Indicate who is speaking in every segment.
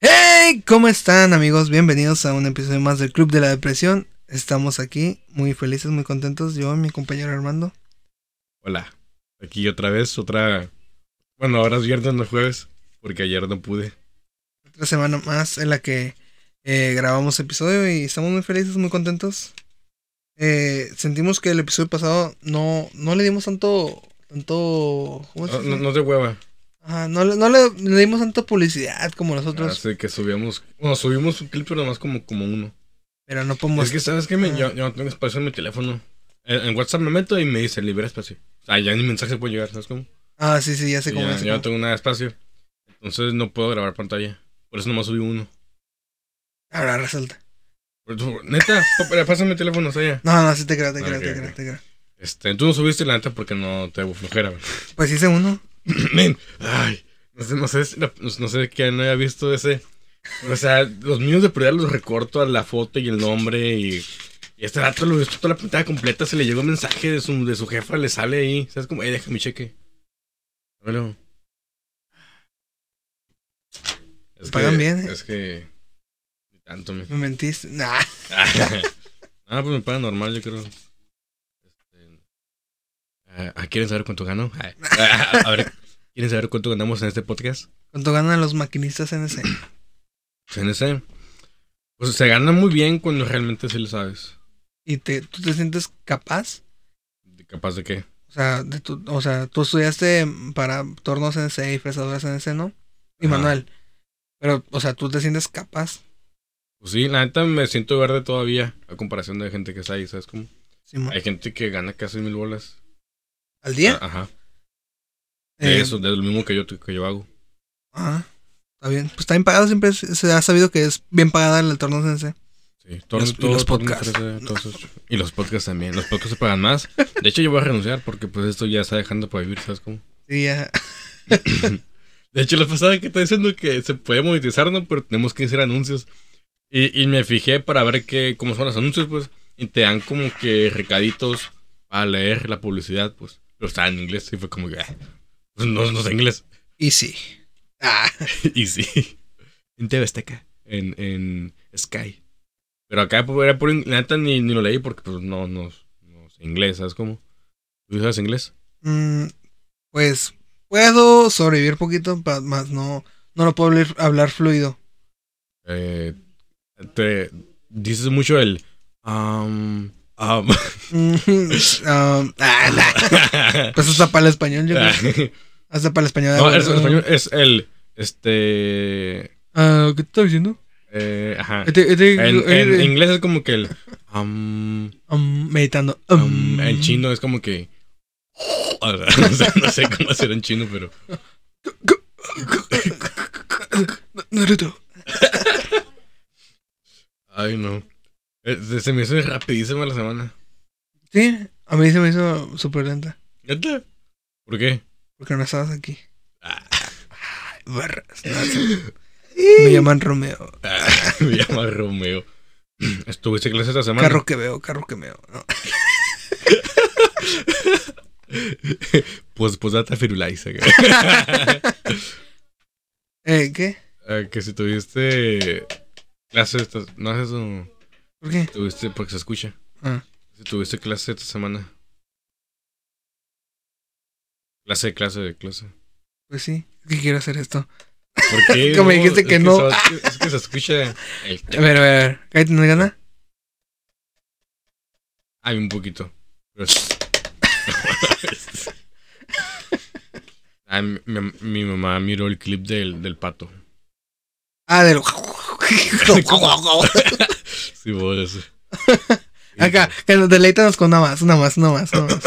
Speaker 1: Hey, ¿cómo están amigos? Bienvenidos a un episodio más del Club de la Depresión. Estamos aquí muy felices, muy contentos. Yo y mi compañero Armando.
Speaker 2: Hola, aquí otra vez, otra... Bueno, ahora es viernes, no es jueves, porque ayer no pude.
Speaker 1: Otra semana más en la que eh, grabamos episodio y estamos muy felices, muy contentos. Eh, sentimos que el episodio pasado no, no le dimos tanto... tanto ¿cómo se
Speaker 2: Ah, No,
Speaker 1: dice?
Speaker 2: no, no te hueva.
Speaker 1: Ajá, no le- no le, le dimos tanta publicidad como nosotros,
Speaker 2: Así que subíamos... Bueno, subimos un clip, pero nomás como, como uno.
Speaker 1: pero no podemos...
Speaker 2: es que, ¿sabes qué? Me-
Speaker 1: Ah.
Speaker 2: yo, yo no tengo espacio en mi teléfono. En, en WhatsApp me meto y me dice, libera espacio. O sea, ya ni mensaje puede llegar, ¿sabes cómo?
Speaker 1: Ah, sí, sí, ya sé
Speaker 2: Y
Speaker 1: cómo
Speaker 2: ya,
Speaker 1: ya sé
Speaker 2: ya no
Speaker 1: cómo.
Speaker 2: tengo nada de espacio. Entonces no puedo grabar pantalla. Por eso nomás subí uno.
Speaker 1: Ahora resulta.
Speaker 2: Por eso- Neta, pa- pásame el teléfono, o sea, ya.
Speaker 1: No, no, sí te creo, te
Speaker 2: Ah,
Speaker 1: creo,
Speaker 2: ok,
Speaker 1: te
Speaker 2: ok.
Speaker 1: creo, te creo.
Speaker 2: Este, tú no subiste la neta porque no te hubo flojera. güey.
Speaker 1: Pues hice uno.
Speaker 2: Men, ay, no sé, no sé, si la- no sé que no haya visto ese. O sea, los míos de prioridad los recorto a la foto y el nombre y, y este rato lo visto toda la puntada completa, se le llegó un mensaje de su, de su jefa, le sale ahí, ¿sabes cómo? Eh, deja mi cheque. Bueno. Es que-
Speaker 1: Pagan bien, eh.
Speaker 2: Es que... ni Tanto, me...
Speaker 1: Me mentiste. Nah.
Speaker 2: ah, pues me pagan normal, yo creo. Este, ah, ah, ¿Quieren saber cuánto gano? Ah, ah, a ver, ¿quieren saber cuánto ganamos en este podcast?
Speaker 1: ¿Cuánto ganan los maquinistas en ese?
Speaker 2: CNC. Pues se gana muy bien cuando realmente sí lo sabes.
Speaker 1: ¿Y te, tú te sientes capaz?
Speaker 2: ¿De ¿Capaz de qué?
Speaker 1: O sea, de tu- o sea, tú estudiaste para tornos CNC y fresadoras CNC, ¿no? Y
Speaker 2: Ajá.
Speaker 1: manual. Pero, o sea, tú te sientes capaz,
Speaker 2: Pues sí, la neta me siento verde todavía a comparación de gente que está ahí, ¿sabes cómo?
Speaker 1: Simón.
Speaker 2: Hay gente que gana casi mil bolas.
Speaker 1: ¿Al día?
Speaker 2: Ah, Ajá. De
Speaker 1: Eh,
Speaker 2: eso, de lo mismo que yo, que yo hago.
Speaker 1: Ajá. Está bien. Pues está bien pagado, siempre se se ha sabido que es bien pagada el torno CNC.
Speaker 2: Sí,
Speaker 1: los- y los podcasts.
Speaker 2: todo- todo eso. Y los podcasts también. Los podcasts se pagan más. De hecho, yo voy a renunciar porque pues esto ya está dejando para vivir, ¿sabes cómo?
Speaker 1: Sí, ya.
Speaker 2: De hecho, la pasada que está diciendo que se puede monetizar, ¿no? Pero tenemos que hacer anuncios. Y, y me fijé para ver qué, cómo son los anuncios, pues. Y te dan como que recaditos para leer la publicidad, pues. Pero estaba en inglés y fue como que... ah, pues no, no sé inglés.
Speaker 1: Y sí. Ah,
Speaker 2: y sí. En TV Azteca. En, en Sky. Pero acá pues, era por... in- La neta ni, ni lo leí porque pues no, no, no sé inglés, ¿sabes cómo? ¿Tú sabes inglés?
Speaker 1: mm, pues puedo sobrevivir poquito, pa- más no, no lo puedo hablar- hablar fluido.
Speaker 2: Eh, te dices mucho el... um, um,
Speaker 1: Mm, um, ah, nah. Pues hasta para el español, yo creo. Hasta para el español.
Speaker 2: Ah. no,
Speaker 1: ah,
Speaker 2: es, en
Speaker 1: ah,
Speaker 2: español es el. Este.
Speaker 1: ah, ¿Qué te estaba diciendo?
Speaker 2: eh, ajá.
Speaker 1: Este- este-
Speaker 2: En,
Speaker 1: eh,
Speaker 2: en
Speaker 1: eh,
Speaker 2: inglés es como que el. um,
Speaker 1: um, meditando.
Speaker 2: um,
Speaker 1: um.
Speaker 2: en chino es como que. o sea, no, sé, no sé cómo hacer en chino, pero.
Speaker 1: Naruto.
Speaker 2: Ay, no. Eh, Se se me hizo rapidísima la semana.
Speaker 1: Sí, a mí se me hizo súper lenta.
Speaker 2: ¿Neta? ¿Por qué?
Speaker 1: Porque no estabas aquí.
Speaker 2: Ah.
Speaker 1: Ay, barras. no, sí. Me llaman Romeo.
Speaker 2: Ah, me llama Romeo. ¿Estuviste en clase esta semana?
Speaker 1: Carro que veo, carro que veo. No.
Speaker 2: Pues, pues data firulais.
Speaker 1: Eh, ¿Qué?
Speaker 2: Ah, que si tuviste clases esta- No haces eso.
Speaker 1: ¿Por qué?
Speaker 2: Tuviste, porque se escucha.
Speaker 1: Ah.
Speaker 2: Si tuviste clase esta semana. Clase, clase, clase.
Speaker 1: Pues sí, es que quiero hacer esto.
Speaker 2: ¿Por qué?
Speaker 1: Como dijiste que
Speaker 2: es
Speaker 1: no.
Speaker 2: se- es, que, es que se escucha. el-
Speaker 1: A ver, a ver, a ver. ¿Cállate, ¿Tienes ganas?
Speaker 2: Ay, un poquito. Pero es- Ay, mi, mi- mi mamá miró el clip del, del pato.
Speaker 1: Ah, del.
Speaker 2: Sí, por eso.
Speaker 1: Acá, que nos deleítanos con una más, una más, una más, una más.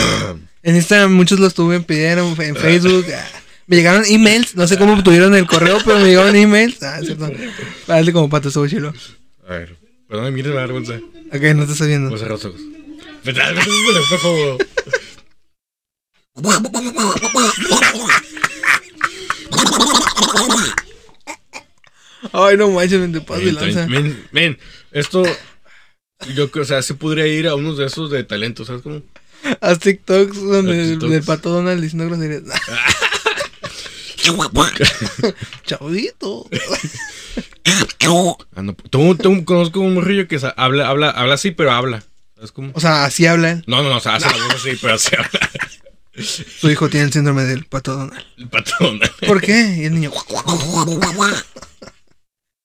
Speaker 1: En Instagram muchos los tuvieron, pidieron, en Facebook. ah, Me llegaron emails, no sé cómo obtuvieron el correo, pero me llegaron emails. Ah, es cierto. Para darle como pato, estuvo chilo.
Speaker 2: A ver. Perdón, me mires, me da vergüenza.
Speaker 1: Ok, no te estás viendo.
Speaker 2: Voy a cerrar los ojos. Me da vergüenza por el espejo.
Speaker 1: Ay, no manches, me te pasas de
Speaker 2: Men,
Speaker 1: lanza.
Speaker 2: men, men, esto. Yo creo, o sea, sí podría ir a unos de esos de talento, ¿sabes cómo?
Speaker 1: Haz TikToks donde
Speaker 2: Haz
Speaker 1: el
Speaker 2: TikToks.
Speaker 1: del pato Donald diciendo groserías. Chavito.
Speaker 2: Ah, no, tú- tú- conozco un morrillo que sa- habla, habla, habla así, pero habla. ¿Sabes cómo?
Speaker 1: O sea, así habla él.
Speaker 2: No, no, no, o sea, hace la voz así, pero así habla.
Speaker 1: Su hijo tiene el síndrome del pato Donald.
Speaker 2: El patón.
Speaker 1: ¿Por qué? Y el niño.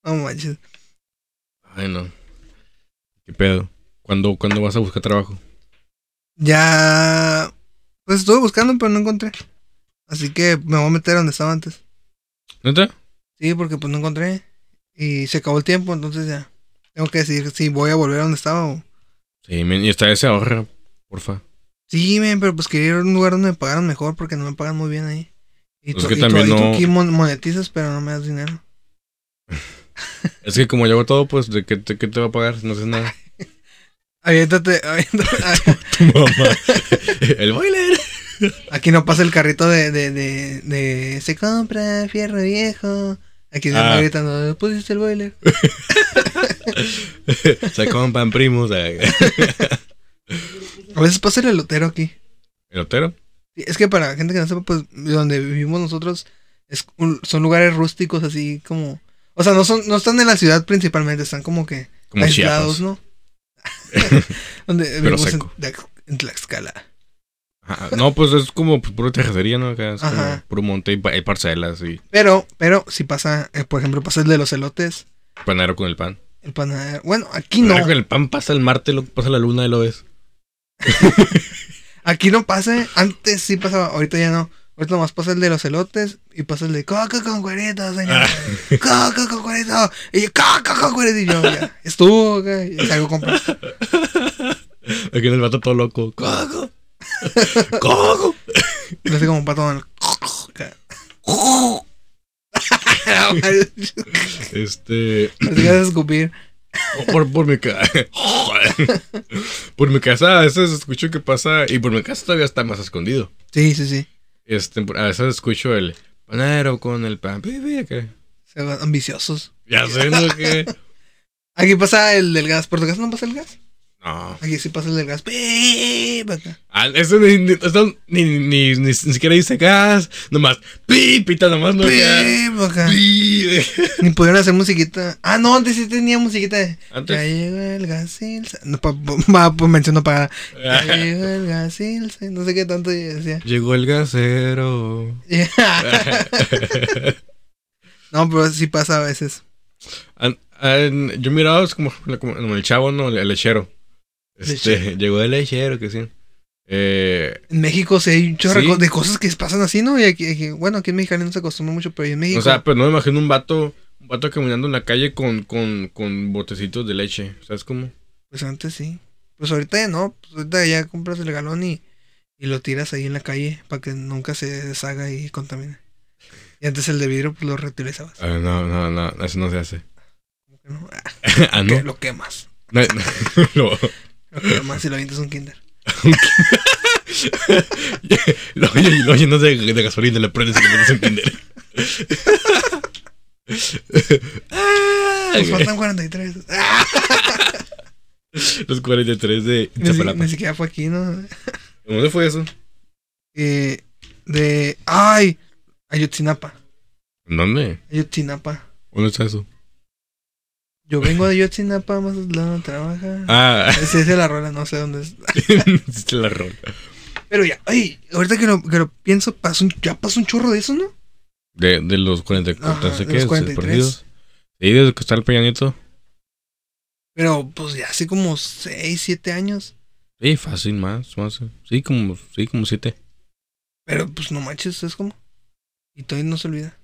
Speaker 1: No manches.
Speaker 2: Ay, no. ¿Qué pedo? ¿Cuándo, cuándo vas a buscar trabajo?
Speaker 1: Ya. Pues estuve buscando, pero no encontré. Así que me voy a meter donde estaba antes.
Speaker 2: ¿Neta?
Speaker 1: Sí, porque pues no encontré. Y se acabó el tiempo, entonces ya. Tengo que decidir si voy a volver a donde estaba o.
Speaker 2: Sí, men, y esta vez se ahorra, porfa.
Speaker 1: Sí, men, pero pues quería ir a un lugar donde me pagaran mejor porque no me pagan muy bien ahí. Y
Speaker 2: Pues
Speaker 1: tú,
Speaker 2: que
Speaker 1: y tú-
Speaker 2: también
Speaker 1: y tú
Speaker 2: no-
Speaker 1: aquí mon- monetizas, pero no me das dinero.
Speaker 2: Es que como yo hago todo, pues, ¿de qué, de qué te va a pagar? No haces nada.
Speaker 1: Aviéntate, aviéntate.
Speaker 2: Tu mamá. El boiler.
Speaker 1: Aquí no pasa el carrito de, de, de, de se compra fierro viejo. Aquí se
Speaker 2: Ah.
Speaker 1: anda gritando, pusiste el boiler.
Speaker 2: Se compran primos. eh.
Speaker 1: A veces pasa el elotero aquí.
Speaker 2: ¿El otero?
Speaker 1: Sí, Es que para la gente que no sepa, pues donde vivimos nosotros es un- son lugares rústicos así como... O sea, no, son, no están en la ciudad principalmente, están como que
Speaker 2: Como
Speaker 1: aislados,
Speaker 2: Chiapas.
Speaker 1: ¿no? donde vivimos en,
Speaker 2: seco.
Speaker 1: Tlax- en Tlaxcala.
Speaker 2: Ajá, No, pues es como pues, pura terracería, ¿no? Acá es como
Speaker 1: Ajá.
Speaker 2: puro monte y pa- hay parcelas y
Speaker 1: Pero, pero si pasa, eh, por ejemplo, pasa el de los elotes,
Speaker 2: panadero con el pan.
Speaker 1: el panadero... Bueno, aquí no.
Speaker 2: Panadero con el pan pasa el Marte, lo pasa la luna y lo ves.
Speaker 1: Aquí no pasa, eh. antes sí pasaba, ahorita ya no. Ahorita nomás pasa el de los elotes y pasa el de coco con cuerito, señor.
Speaker 2: Ah.
Speaker 1: Coco con cuerito. Y yo, coco con cuerito. Y yo, ya, estuvo, acá, y salgo a comprar.
Speaker 2: Aquí el vato todo loco. ¡Coco! ¡Coco!
Speaker 1: Lo hace como un pato en el... acá. Así
Speaker 2: Este.
Speaker 1: que vas a escupir.
Speaker 2: Por, por mi casa. por mi casa a veces escucho que pasa. Y por mi casa todavía está más escondido.
Speaker 1: Sí, sí, sí.
Speaker 2: Este, a veces escucho el panadero con el pan. Pi, pi, acá.
Speaker 1: Se van ambiciosos.
Speaker 2: Ya sé, ¿no? Que...
Speaker 1: Aquí pasa el del gas. ¿Por tu casa no pasa el gas?
Speaker 2: No.
Speaker 1: Aquí sí pasa el del gas. Pip, acá.
Speaker 2: Ah, Eso ni, ni, eso ni, ni, ni, ni siquiera dice gas. Nomás. Pi, pita, nomás no. acá.
Speaker 1: Pip, acá.
Speaker 2: Pi.
Speaker 1: Ni pudieron hacer musiquita. Ah, no, antes sí tenía musiquita. de,
Speaker 2: Antes.
Speaker 1: Ya llegó el gas y el sa-". No, pa, pa- pa- pa- mención no pagada. Ya
Speaker 2: Ah.
Speaker 1: llegó el gas y el sa- No sé qué tanto yo decía.
Speaker 2: Llegó el gasero.
Speaker 1: no, pero sí pasa a veces.
Speaker 2: An- an- yo miraba es como, como- como el chavo, ¿no? El, el lechero. Este,
Speaker 1: Lechero.
Speaker 2: Llegó el lechero, que sí. Eh,
Speaker 1: En México sí hay un chorro
Speaker 2: Sí.
Speaker 1: de cosas que pasan así, ¿no? Y aquí, aquí- bueno, aquí en Mexicali no se acostumbra mucho, pero en México.
Speaker 2: o sea, pero no me imagino un vato, un vato caminando en la calle con, con, con botecitos de leche. ¿Sabes cómo?
Speaker 1: pues antes sí. Pues ahorita ya no. Pues ahorita ya compras el galón y, y lo tiras ahí en la calle para que nunca se deshaga y contamine. Y antes el de vidrio pues, lo reutilizabas.
Speaker 2: Ah, no, no, no, eso no se hace.
Speaker 1: Como que no. Ah,
Speaker 2: ah,
Speaker 1: que
Speaker 2: no.
Speaker 1: Lo quemas.
Speaker 2: No, no. Lo-
Speaker 1: Lo quemas y lo avientas un kinder.
Speaker 2: lo, lo llenas de, de gasolina, le prendes y le metes un kinder. Ah,
Speaker 1: Nos Pues faltan 43. ¡Ah!
Speaker 2: Los 43 de
Speaker 1: Ni, si-
Speaker 2: Chapalapa.
Speaker 1: ni siquiera fue aquí, ¿no?
Speaker 2: ¿Dónde fue eso?
Speaker 1: Eh, de. ¡Ay! Ayotzinapa.
Speaker 2: ¿Dónde?
Speaker 1: Ayotzinapa.
Speaker 2: ¿Dónde está eso?
Speaker 1: Yo vengo de Ayotzinapa, más lado trabaja.
Speaker 2: Ah,
Speaker 1: Ese es de la rola, no sé dónde es.
Speaker 2: hiciste la rola.
Speaker 1: Pero ya, ay, ahorita que lo, que lo pienso, pasó un- ya pasó un chorro de eso, ¿no?
Speaker 2: De, de los 44,
Speaker 1: Ajá,
Speaker 2: no sé
Speaker 1: de
Speaker 2: qué,
Speaker 1: los 43.
Speaker 2: desaparecidos. Sí, desde que está el peñanito.
Speaker 1: Pero pues ya hace como 6, 7 años.
Speaker 2: Sí, fácil, más, más. Sí, como, sí, como siete.
Speaker 1: Pero pues no manches, es como. Y todavía no se olvida.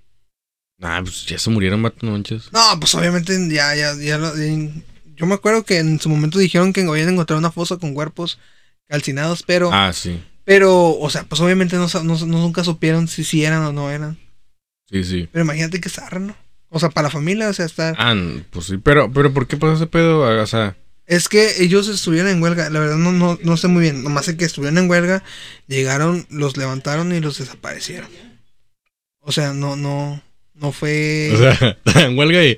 Speaker 2: Ah, pues ya se murieron, vato, no manches.
Speaker 1: No, pues obviamente ya, ya, ya, lo- ya- Yo me acuerdo que en su momento dijeron que en Goiás encontraron una fosa con cuerpos calcinados, pero.
Speaker 2: Ah, sí,
Speaker 1: Pero, o sea, pues obviamente no, sa- no- no- nunca supieron si sí eran o no eran.
Speaker 2: sí, sí.
Speaker 1: Pero imagínate que zarra, ¿no? O sea, para la familia, o sea, está.
Speaker 2: Ah, no, pues sí, pero, pero ¿por qué pasó ese pedo? Ah, O sea,
Speaker 1: Es que ellos estuvieron en huelga, la verdad no, no, no sé muy bien, nomás sé que estuvieron en huelga, llegaron, los levantaron y los desaparecieron. O sea, no, no, no fue...
Speaker 2: o sea, en huelga y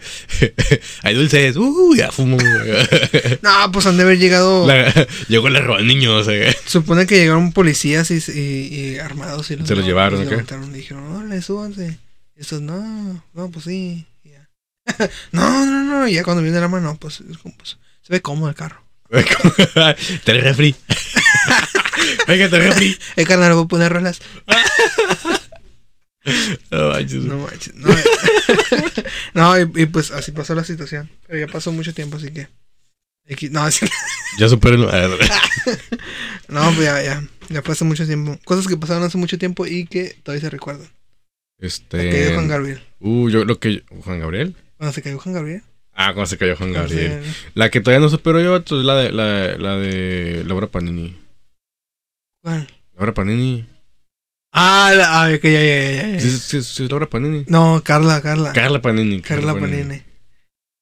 Speaker 2: hay dulces, uh, ya fumo.
Speaker 1: no, pues han de haber llegado,
Speaker 2: La- llegó la roba al niño, o sea,
Speaker 1: supone que llegaron policías y, y- y armados y
Speaker 2: Se los llevaron, ¿o
Speaker 1: Los
Speaker 2: qué?
Speaker 1: levantaron y dijeron, órale, súbanse. Estos no, no, pues sí. y ya. No, no, no. Y ya cuando viene el arma, no, pues, es como, pues, se ve cómodo el carro.
Speaker 2: Trae refri. Venga, trae refri.
Speaker 1: El carnal voy a poner rolas.
Speaker 2: No manches.
Speaker 1: No manches. No, eh. No, y, y pues así pasó la situación. Pero ya pasó mucho tiempo, así que. X- No, así-
Speaker 2: Ya supérenlo. Ah, no.
Speaker 1: no, pues ya, ya. Ya pasó mucho tiempo. Cosas que pasaron hace mucho tiempo y que todavía se recuerdan. La caída de Juan
Speaker 2: Este.
Speaker 1: Gabriel.
Speaker 2: Uh, yo creo que. ¿Juan Gabriel?
Speaker 1: Cuando se cayó Juan Gabriel.
Speaker 2: Ah, cuando se cayó Juan
Speaker 1: cuando se-
Speaker 2: Gabriel. La que todavía no supero yo vato, es la de, la, de- la de Laura Panini.
Speaker 1: ¿Cuál?
Speaker 2: Laura Panini.
Speaker 1: Ah, la, ah, ok, ya, ya, ya, ya.
Speaker 2: Sí, sí, sí, es Laura Panini.
Speaker 1: No, Carla, Carla.
Speaker 2: Carla Panini.
Speaker 1: Carla Panini.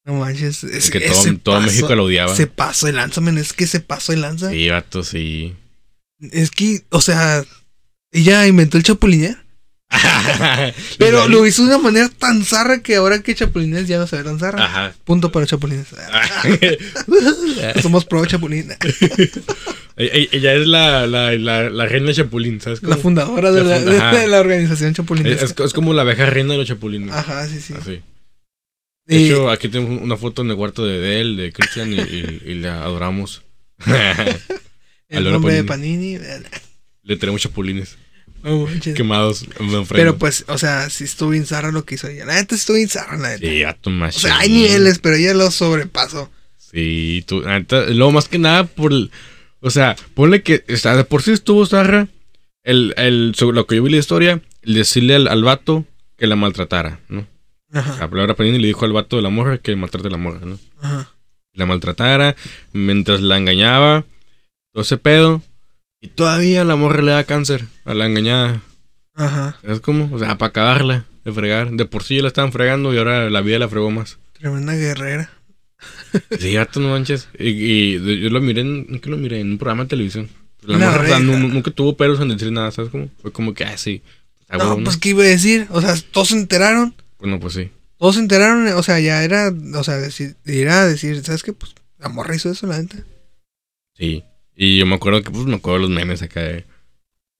Speaker 1: No manches.
Speaker 2: Es
Speaker 1: Es
Speaker 2: que
Speaker 1: ese
Speaker 2: todo, todo
Speaker 1: paso-
Speaker 2: México la odiaba.
Speaker 1: Se pasó de lanza, men. Es que se pasó de lanza.
Speaker 2: Sí, vato, sí.
Speaker 1: Es que, o sea, ella inventó el ¿eh? chapulinear. Pero lo hizo de una manera tan zarra que ahora que chapulines ya no se ve tan zarra.
Speaker 2: Ajá.
Speaker 1: Punto para chapulines. Somos pro chapulines.
Speaker 2: E- e- Ella es la, la, la, la reina Chapulín, ¿sabes?
Speaker 1: La
Speaker 2: cómo?
Speaker 1: fundadora de
Speaker 2: La
Speaker 1: la,
Speaker 2: funda- ajá.
Speaker 1: de la organización chapulines.
Speaker 2: es, es- es como la abeja reina de los Chapulines.
Speaker 1: Ajá, Ah, sí, sí.
Speaker 2: Así. De
Speaker 1: Y-
Speaker 2: hecho, aquí tenemos una foto en el cuarto de, de él, de Christian, y, y- y la adoramos. a
Speaker 1: el
Speaker 2: Lola
Speaker 1: nombre de Panini.
Speaker 2: Le tenemos chapulines
Speaker 1: No manches.
Speaker 2: quemados. en
Speaker 1: Pero pues, o sea, sí estuvo bien zarra lo que hizo ella. La neta estuvo bien zarra, la neta.
Speaker 2: Sí, vato,
Speaker 1: O
Speaker 2: machín.
Speaker 1: sea, hay niveles, pero ella lo sobrepasó.
Speaker 2: Sí, tú. la neta, Luego, más que nada, por. el- o sea, ponle que. o sea, de por sí estuvo Sarra. El, el, sobre lo que yo vi la historia, el decirle al, al vato que la maltratara, ¿no?
Speaker 1: Ajá.
Speaker 2: La palabra Panini le dijo al vato de la morra que maltrate a la morra, ¿no?
Speaker 1: ajá.
Speaker 2: La maltratara mientras la engañaba. Todo ese pedo. Y todavía la morra le da cáncer a la engañada.
Speaker 1: Ajá.
Speaker 2: ¿Sabes cómo? O sea, para acabarla de fregar. De por sí ya la estaban fregando y ahora la vida la fregó más.
Speaker 1: Tremenda guerrera.
Speaker 2: Sí, gato, no manches. Y, y de- yo lo miré, en, ¿en qué lo miré? En un programa de televisión. La
Speaker 1: La
Speaker 2: morra, o sea,
Speaker 1: reja.
Speaker 2: nu- nunca tuvo pelos en decir nada, ¿sabes cómo? Fue como que, ah, sí. Ah,
Speaker 1: No,
Speaker 2: huevo,
Speaker 1: pues, ¿qué iba a decir? O sea, todos se enteraron.
Speaker 2: Bueno, pues sí.
Speaker 1: Todos se enteraron. O sea, ya era, o sea, decir, era decir, ¿sabes qué? Pues, la morra hizo eso, la neta.
Speaker 2: Sí. Y yo me acuerdo que, pues, me acuerdo de los memes acá. de-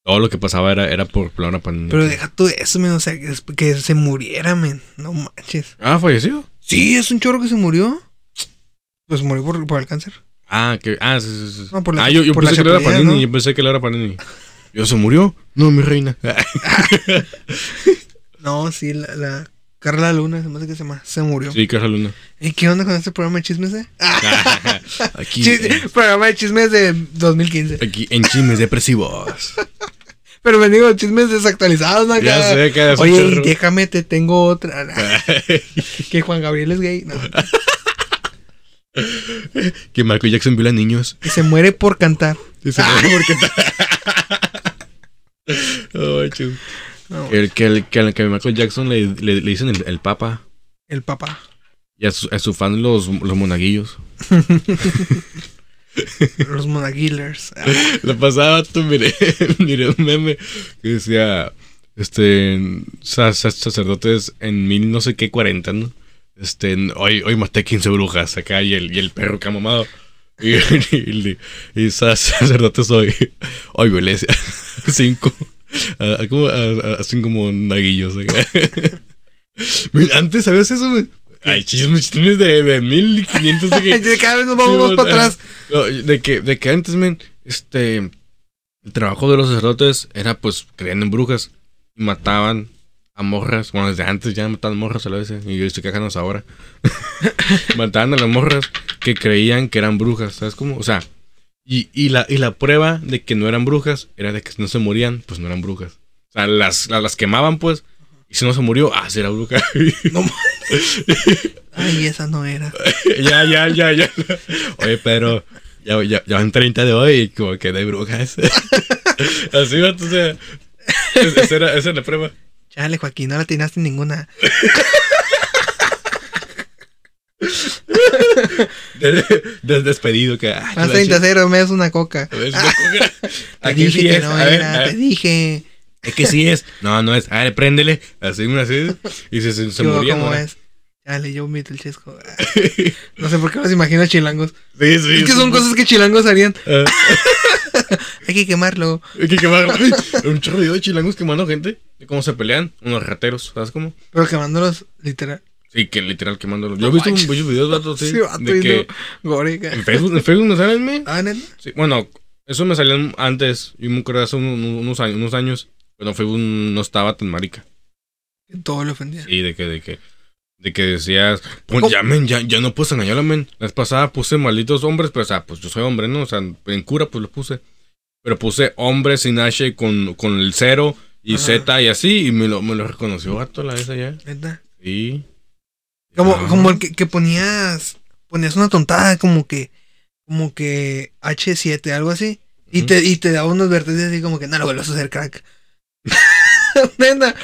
Speaker 2: Todo lo que pasaba era, era por Laura Panini.
Speaker 1: Pero deja tú eso, men. O sea, que, es- que se muriera, men. No manches.
Speaker 2: Ah, falleció.
Speaker 1: Sí, es un chorro que se murió. Pues murió por, por el cáncer.
Speaker 2: Ah, que, ah, sí, sí, sí.
Speaker 1: No, por la-
Speaker 2: ah, yo, yo
Speaker 1: por la
Speaker 2: pensé que era
Speaker 1: chapulina,
Speaker 2: Panini.
Speaker 1: ¿no?
Speaker 2: Yo pensé que era Panini. ¿Yo se murió? No, mi reina.
Speaker 1: No, sí, la, la Carla Luna, se me hace que se, ma- se murió.
Speaker 2: sí, Casa Luna.
Speaker 1: ¿Y qué onda con este programa de chismes, eh?
Speaker 2: aquí,
Speaker 1: Chis-
Speaker 2: eh,
Speaker 1: programa de chismes de 2015.
Speaker 2: aquí, en chismes depresivos.
Speaker 1: Pero me digo, chismes desactualizados, ¿no?
Speaker 2: Ya
Speaker 1: Acá.
Speaker 2: sé, que es un
Speaker 1: Oye,
Speaker 2: chorro.
Speaker 1: déjame, te tengo otra. que Juan Gabriel es gay. No.
Speaker 2: que Michael Jackson viola niños.
Speaker 1: Que se muere por cantar.
Speaker 2: Dice, "No, porque ta-" No, chus.
Speaker 1: No,
Speaker 2: Ah, Que el que, el, que, el, que Michael Jackson le, le- le dicen el, el papa
Speaker 1: el papá.
Speaker 2: y a su, a su fan los, los monaguillos.
Speaker 1: Los monaguillers.
Speaker 2: La pasada, tú miré, miré un meme que decía, este, sa- sa- sacerdotes en mil no sé qué, 40, ¿no? Este, hoy, hoy maté 15 brujas acá y el, y el perro que ha mamado. Y, y, y sa- sacerdotes hoy, hoy violé cinco, a, a como, a- a cinco monaguillos acá. Mira, Antes, ¿sabes eso? güey? Ay, chismes, chismes de, de 1500 de que-
Speaker 1: Cada vez nos vamos más
Speaker 2: Sí,
Speaker 1: para
Speaker 2: bueno,
Speaker 1: atrás.
Speaker 2: no, eh. de, que, de que antes, men, este. El trabajo de los sacerdotes era, pues, creían en brujas. Y mataban a morras. Bueno, desde antes ya mataban morras a la vez. eh, Y estoy quejándonos ahora. mataban a las morras que creían que eran brujas. ¿Sabes cómo? O sea, y, y, la, y la prueba de que no eran brujas era de que si no se morían, pues no eran brujas. O sea, las, las, las quemaban, pues. Y si no se murió, ah, sí era bruja.
Speaker 1: No ma- Ay, esa no era.
Speaker 2: ya, ya, ya, ya. Oye, pero ya, ya, ya van 30 de hoy y como que de brujas. Así va, o sea. es- Esa era, esa era la prueba.
Speaker 1: Chale, Joaquín, no la tiraste ninguna.
Speaker 2: Del del despedido que. ah,
Speaker 1: Más
Speaker 2: la
Speaker 1: 30
Speaker 2: chi-
Speaker 1: cero, me das una coca.
Speaker 2: A ver, si me-
Speaker 1: Te
Speaker 2: Aquí
Speaker 1: dije
Speaker 2: sí
Speaker 1: que
Speaker 2: es.
Speaker 1: no
Speaker 2: a ver,
Speaker 1: era,
Speaker 2: a ver,
Speaker 1: te dije.
Speaker 2: Es que sí es. No, no es. A ver, préndele. Así, una así. Y se, se, se
Speaker 1: Yo,
Speaker 2: moría.
Speaker 1: ¿cómo
Speaker 2: ¿no?
Speaker 1: es? Chale, yo mito el chesco. No sé por qué los imagino chilangos.
Speaker 2: Sí, sí.
Speaker 1: Es que son cosas que chilangos harían.
Speaker 2: Ah,
Speaker 1: Hay que quemarlo.
Speaker 2: hay que quemarlo. Un chorro de chilangos quemando gente. ¿Cómo se pelean? Unos rateros, ¿sabes cómo?
Speaker 1: Pero quemándolos, literal.
Speaker 2: Sí, que literal quemándolo. Yo he visto
Speaker 1: manches.
Speaker 2: muchos videos, vato, sí,
Speaker 1: Sí, vato,
Speaker 2: de
Speaker 1: y
Speaker 2: que
Speaker 1: no, gore, ca-
Speaker 2: en Facebook, en Facebook me salen, me.
Speaker 1: Ah, neta.
Speaker 2: Sí, bueno, eso me salió antes. Yo me acuerdo hace un- un- unos años, unos años. Pero Facebook no estaba tan marica.
Speaker 1: Que Todo lo ofendía.
Speaker 2: Sí, de que, de que, de que decías, pues
Speaker 1: ¿Cómo?
Speaker 2: ya, men, ya, ya no puedes engañarla, men. La vez pasada puse malditos hombres, pero, o sea, pues yo soy hombre, ¿no? O sea, en cura, pues lo puse. Pero puse hombre sin H con, con el cero y
Speaker 1: Ajá.
Speaker 2: Z y así, y me lo, me lo reconoció gato la vez allá.
Speaker 1: Neta.
Speaker 2: Sí.
Speaker 1: Como,
Speaker 2: Ah.
Speaker 1: como el que, que ponías. Ponías una tontada, como que. Como que H7, algo así. Y
Speaker 2: Ujú.
Speaker 1: te, y te daba una advertencia así como que no lo vuelvas a hacer crack. Neta.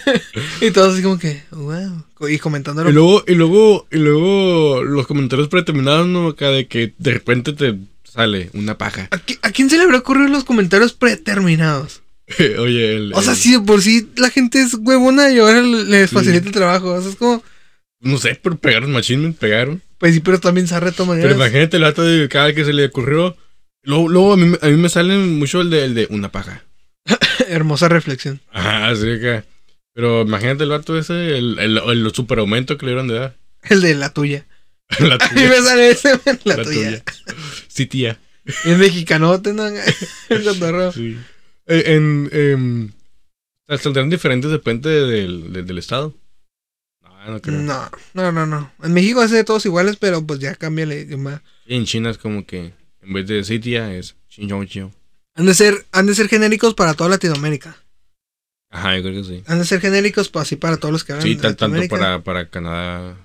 Speaker 1: y todos así como que, wow. Y comentándolo.
Speaker 2: Y luego, y luego, y luego los comentarios predeterminados, ¿no? Acá de que de repente te sale una paja.
Speaker 1: ¿A, qui- a quién se le habrá ocurrido los comentarios predeterminados?
Speaker 2: Oye, el,
Speaker 1: O sea,
Speaker 2: el-
Speaker 1: si de por sí la gente es huevona y ahora les
Speaker 2: Sí.
Speaker 1: facilita el trabajo. O sea, es como,
Speaker 2: No sé, pero pegaron machín, me pegaron.
Speaker 1: pues sí, pero también se retoma
Speaker 2: Pero imagínate el dato de cada que se le ocurrió. Luego, luego a, mí, a mí me salen mucho el de, el de una paja.
Speaker 1: Hermosa reflexión.
Speaker 2: Ajá, así que. Pero imagínate el vato ese, el, el, el super aumento que le dieron de edad.
Speaker 1: El de la tuya.
Speaker 2: La
Speaker 1: A mí
Speaker 2: tuya.
Speaker 1: me sale ese, man, la,
Speaker 2: la
Speaker 1: tuya.
Speaker 2: tuya. Sí, tía.
Speaker 1: Es mexicanote, ¿no? El cotorreo.
Speaker 2: Sí. Eh, en, em, saldrán diferentes depende del, del, del estado. No, no creo.
Speaker 1: No, no, no, no. En México hace todos iguales, pero pues ya cambia el idioma.
Speaker 2: Y en China es como que en vez de sí, tía, es chin chong chio.
Speaker 1: Han de ser, han de ser genéricos para toda Latinoamérica.
Speaker 2: Ajá, yo creo que sí.
Speaker 1: Han de ser genéricos pues, así para todos los que hablan
Speaker 2: Sí, tan- tanto
Speaker 1: Latinoamérica.
Speaker 2: para, para Canadá.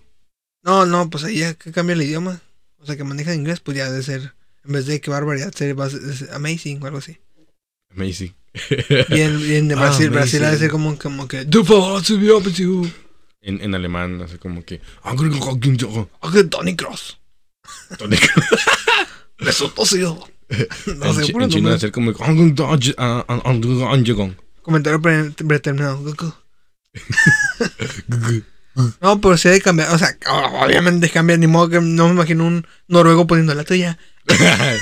Speaker 1: No, no, pues ahí ya que cambia el idioma. O sea, que maneja inglés, pues ya ha de ser. En vez de que barbaridad, ser, va a ser amazing o algo así.
Speaker 2: Amazing.
Speaker 1: Y en, y en de
Speaker 2: Ah,
Speaker 1: Brasil, Brasil ha de
Speaker 2: amazing.
Speaker 1: ser como, como que. "Du favor, se vio, pues, you".
Speaker 2: En, en alemán, así como que.
Speaker 1: Ah, que Tony Cross. Resultó sido. No
Speaker 2: en,
Speaker 1: sé,
Speaker 2: chi-
Speaker 1: puro
Speaker 2: en chino
Speaker 1: nombre.
Speaker 2: hacer como que-
Speaker 1: Comentario pre- predeterminado. Cucu. No, pero sí hay que cambiar. O sea, obviamente cambia. Ni modo que no me imagino un noruego poniendo la tuya.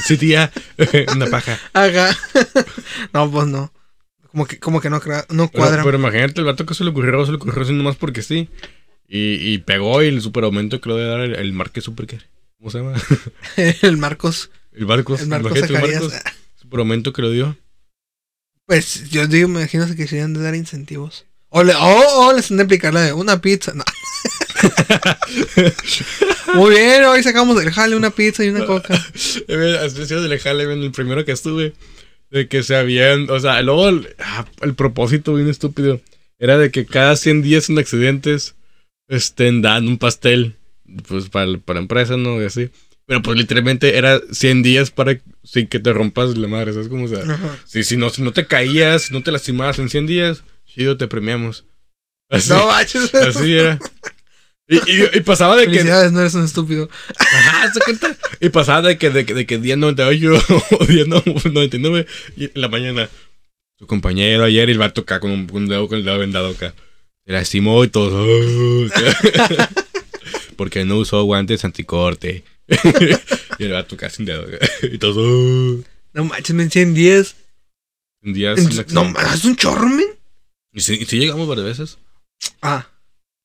Speaker 2: sí, tía. Una paja.
Speaker 1: Ajá. No, pues no. Como que, como que no, cra- no
Speaker 2: Pero,
Speaker 1: cuadra.
Speaker 2: pero imagínate, el vato que se le ocurrió, se le ocurrió así nomás porque sí. Y, y pegó y el super aumento que le debe dar el, el Marqués Super. ¿Cómo se llama?
Speaker 1: el Marcos.
Speaker 2: El Marcos.
Speaker 1: El Marcos
Speaker 2: pues, imagínate el
Speaker 1: Zacarías.
Speaker 2: Marcos. Super aumento que lo dio.
Speaker 1: Pues yo digo, me imagino que quisieran dar incentivos. O, le, o, o les han de aplicar la de una pizza. No. Muy bien, hoy sacamos del jale una pizza y una coca.
Speaker 2: Eh, ve, Así sido del jale, ven, el primero que estuve. De que se habían. O sea, luego el, ah, el propósito bien estúpido era de que cada 100 días en accidentes estén dando un pastel. Pues para, para empresas, ¿no? Y así. Pero pues literalmente era 100 días para sin que te rompas la madre. ¿Sabes cómo? O sea,
Speaker 1: Ajá.
Speaker 2: si, si, no, si no te caías, si no te lastimabas en 100 días, chido, te premiamos. Así,
Speaker 1: No manches.
Speaker 2: así era. Y, y- y pasaba de que.
Speaker 1: Felicidades, no eres un estúpido.
Speaker 2: Ajá, ¿se cuenta? Y pasaba de que, de, que- de que día 98 o día no- 99 y en la mañana. Su compañero ayer y el vato acá con un, con un dedo, con el dedo vendado acá. Se lastimó y todo. Porque no usó guantes anticorte. y el vato acá sin dedo. y todo.
Speaker 1: No manches, men 110.
Speaker 2: Un día sin
Speaker 1: En- No
Speaker 2: accidente.
Speaker 1: manches, es un chorro, men.
Speaker 2: Y si, y si llegamos varias veces.
Speaker 1: Ah,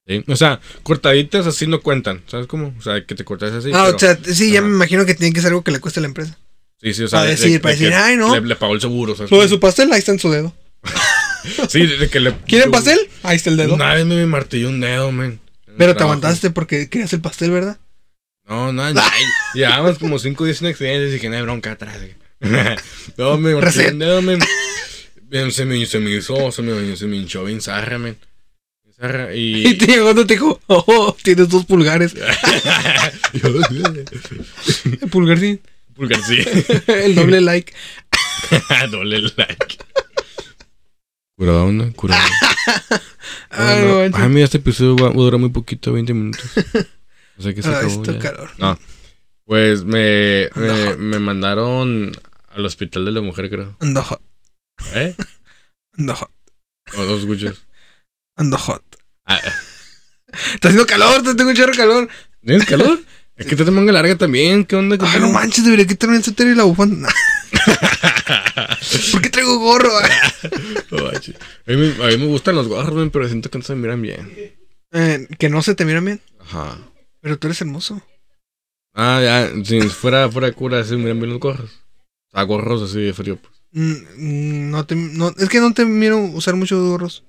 Speaker 2: ¿sí? O sea, cortaditas así no cuentan. ¿Sabes cómo? O sea, que te cortas así.
Speaker 1: ah
Speaker 2: pero-
Speaker 1: o sea, sí, ya
Speaker 2: Ajá. Pues,
Speaker 1: me imagino que tiene que ser algo que le cueste a la empresa.
Speaker 2: sí, sí, o sea,
Speaker 1: para
Speaker 2: de- de-
Speaker 1: decir,
Speaker 2: de
Speaker 1: para
Speaker 2: que
Speaker 1: decir, "Ay, no".
Speaker 2: Le, le pagó el seguro. ¿sabes
Speaker 1: Lo
Speaker 2: cómo?
Speaker 1: de su pastel, ahí está en su dedo.
Speaker 2: Sí, de que le.
Speaker 1: ¿Quieren
Speaker 2: yo-
Speaker 1: pastel? Ahí está el dedo.
Speaker 2: Una vez me martillé un dedo, men. En el
Speaker 1: Pero te
Speaker 2: trabajo.
Speaker 1: aguantaste porque querías el pastel, ¿verdad?
Speaker 2: No, no, ya- llevábamos como 5 o 10 en accidentes y dije, no hay bronca atrás. no, me martillé un dedo, men. Bien, Se me, se me hizo, se me, se me hinchó bien zarra, men. Zarra,
Speaker 1: Y,
Speaker 2: y.
Speaker 1: te llegó otro y te dijo, oh, tienes dos pulgares.
Speaker 2: Yo,
Speaker 1: El pulgar sí.
Speaker 2: Porque sí.
Speaker 1: El doble like.
Speaker 2: Dole like. Curado, ¿no? Curado.
Speaker 1: Ay,
Speaker 2: no.
Speaker 1: manches.
Speaker 2: Ay, mira, este episodio va va a durar muy poquito, 20 minutos. O sea que se
Speaker 1: Ah,
Speaker 2: acabó.
Speaker 1: está
Speaker 2: ya.
Speaker 1: calor.
Speaker 2: No. Pues me, me,
Speaker 1: Anda.
Speaker 2: me mandaron al hospital de la mujer, creo.
Speaker 1: Ando hot,
Speaker 2: ¿Eh?
Speaker 1: ando hot,
Speaker 2: O dos guchos.
Speaker 1: ando hot.
Speaker 2: Ah,
Speaker 1: Está haciendo calor, te tengo un chorro de calor.
Speaker 2: ¿Tienes calor? Es que te de manga larga también. ¿Qué onda?
Speaker 1: Ay, Ah, no manches, debería quitarme el suéter y la bufanda. ¿Por qué traigo gorro?
Speaker 2: Oh, No manches. a, mí, me- a mí me gustan los gorros, men, pero siento que no se me miran bien.
Speaker 1: eh, que no se te miran bien,
Speaker 2: Ajá.
Speaker 1: pero tú eres hermoso.
Speaker 2: Ah, ya, si fuera, fuera de cura, así miran bien los gorros. O sea, gorros así de frío, pues.
Speaker 1: Mm, mm, no te, no, es que no te miro usar muchos gorros.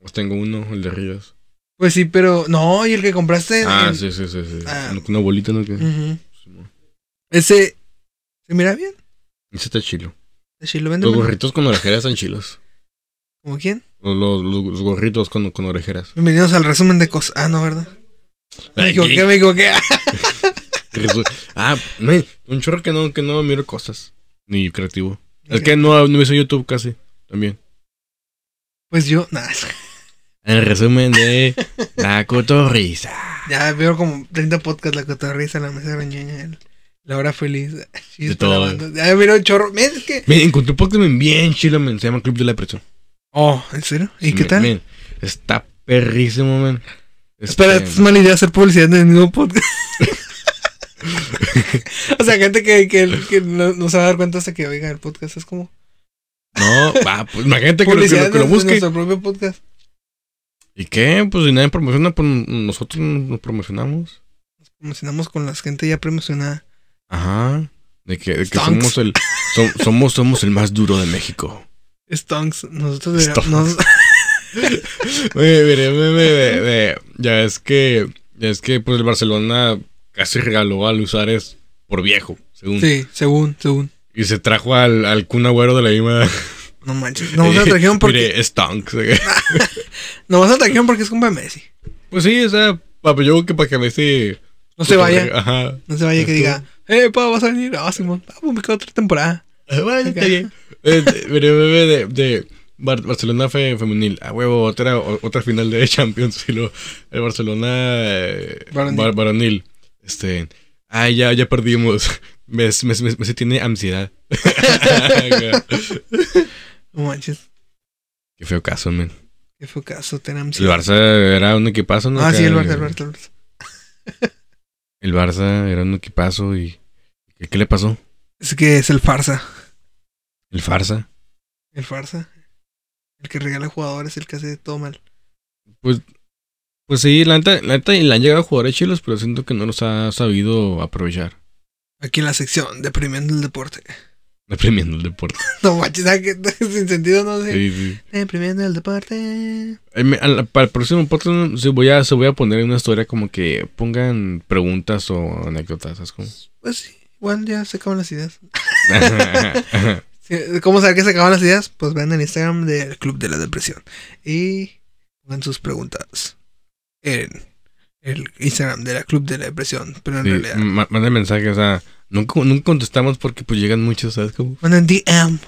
Speaker 2: Pues tengo uno, el de Ríos.
Speaker 1: Pues sí, pero. No, y el que compraste.
Speaker 2: Ah,
Speaker 1: el-
Speaker 2: sí, sí, sí. sí.
Speaker 1: Eh, ah.
Speaker 2: Uno con Una bolita, ¿no? Que-
Speaker 1: Ujú.
Speaker 2: Simón.
Speaker 1: Ese. ¿Se mira bien?
Speaker 2: Ese está chilo.
Speaker 1: Sí, lo
Speaker 2: Los
Speaker 1: venden.
Speaker 2: gorritos con orejeras están chilos.
Speaker 1: ¿Como quién?
Speaker 2: Los, los- los- los gorritos con, con orejeras.
Speaker 1: Bienvenidos al resumen de cosas. Ah, no, ¿verdad? Me
Speaker 2: Ay,
Speaker 1: equivoqué,
Speaker 2: qué-
Speaker 1: me equivoqué. Ah,
Speaker 2: resu- Ah, men, un chorro que no, que no miro cosas. Ni creativo. Es que no, no hice YouTube casi. También.
Speaker 1: Pues yo, nada.
Speaker 2: En resumen de La Cotorrisa.
Speaker 1: Ya veo como 30 podcasts, la cotorriza, la mesa reñoña, el- la hora feliz. Sí,
Speaker 2: De
Speaker 1: está
Speaker 2: todo.
Speaker 1: lavando. Ya miro el chorro. Men, es que.
Speaker 2: Men, encontré un Pokémon bien chilo, men. Se llama Club de la Depresión.
Speaker 1: Oh, ¿en serio? ¿Y qué
Speaker 2: Men,
Speaker 1: tal?
Speaker 2: men, está perrísimo, men.
Speaker 1: Espera, pues,
Speaker 2: Este,
Speaker 1: es mala idea hacer publicidad en el mismo podcast. o sea, gente que, que, que no, no se va a dar cuenta hasta que oiga el podcast. Es como
Speaker 2: No, va, pues imagínate que lo, que
Speaker 1: publicidad
Speaker 2: lo- que lo
Speaker 1: de- de
Speaker 2: busque.
Speaker 1: nuestro propio podcast.
Speaker 2: ¿Y qué? Pues si nadie promociona, pues nosotros nos promocionamos.
Speaker 1: Promocionamos con la gente ya promocionada.
Speaker 2: Ajá. De que, de que
Speaker 1: Stonks.
Speaker 2: somos el som- somos, somos el más duro de México.
Speaker 1: Stonks. Nosotros deberíamos-
Speaker 2: Stonks.
Speaker 1: nos-
Speaker 2: Mire, mire, mire, mire, mire. Ya es que ya es que pues el Barcelona casi regaló a Luis Ares por viejo, según.
Speaker 1: Sí, según, según.
Speaker 2: Y se trajo al, al Kun Agüero de la misma.
Speaker 1: No manches. Nomás lo trajeron porque,
Speaker 2: Mire, Stonks. eh.
Speaker 1: nomás lo trajeron porque es compa de Messi.
Speaker 2: Pues sí, o sea, pa- yo creo que para que Messi
Speaker 1: No se vaya.
Speaker 2: Ajá.
Speaker 1: No se vaya que diga, eh, pa, vas a venir. Ah, Simón. Ah, pues me quedo otra temporada.
Speaker 2: Ah, Bueno, está
Speaker 1: Acá.
Speaker 2: bien. Eh, de- Pero bebé de, de Bar- Barcelona fe- femenil. A huevo, otra, o- otra final de Champions. Y lo, el Barcelona eh,
Speaker 1: Varonil.
Speaker 2: var- varonil. Este. Ay, ya, ya perdimos. Messi Messi- Messi- Messi tiene ansiedad.
Speaker 1: No manches.
Speaker 2: Qué feo caso, men.
Speaker 1: Qué fue caso, tenemos.
Speaker 2: El Barça era un equipazo, ¿no?
Speaker 1: Ah, sí, el
Speaker 2: Acá,
Speaker 1: Barça, el Barça, el Barça.
Speaker 2: El Barça era un equipazo y. ¿Qué, qué le pasó?
Speaker 1: Es que es el farsa.
Speaker 2: El Farsa.
Speaker 1: El farsa. El que regala jugadores, el que hace todo mal.
Speaker 2: Pues sí, la neta, la neta, y le han llegado jugadores chilos, pero siento que no los ha sabido aprovechar.
Speaker 1: Aquí en la sección, deprimiendo el deporte.
Speaker 2: Deprimiendo el deporte.
Speaker 1: No manches, ¿sabes qué? sin sentido, no sé.
Speaker 2: Sí, sí.
Speaker 1: Deprimiendo el deporte.
Speaker 2: Ay, eh, me- al- Para el próximo podcast se voy a, se voy a poner una historia como que pongan preguntas o anécdotas. ¿sabes cómo?
Speaker 1: Pues sí, igual ya se acaban las ideas. Sí, ¿Cómo saber que se acaban las ideas? Pues vean el Instagram del Club de la Depresión. Y pongan sus preguntas en el Instagram de la Club de la Depresión. Pero en
Speaker 2: Sí, mm.
Speaker 1: realidad.
Speaker 2: ma- manden mensajes. O sea, nunca, nunca contestamos porque pues llegan muchos, ¿sabes cómo?
Speaker 1: Manden DM.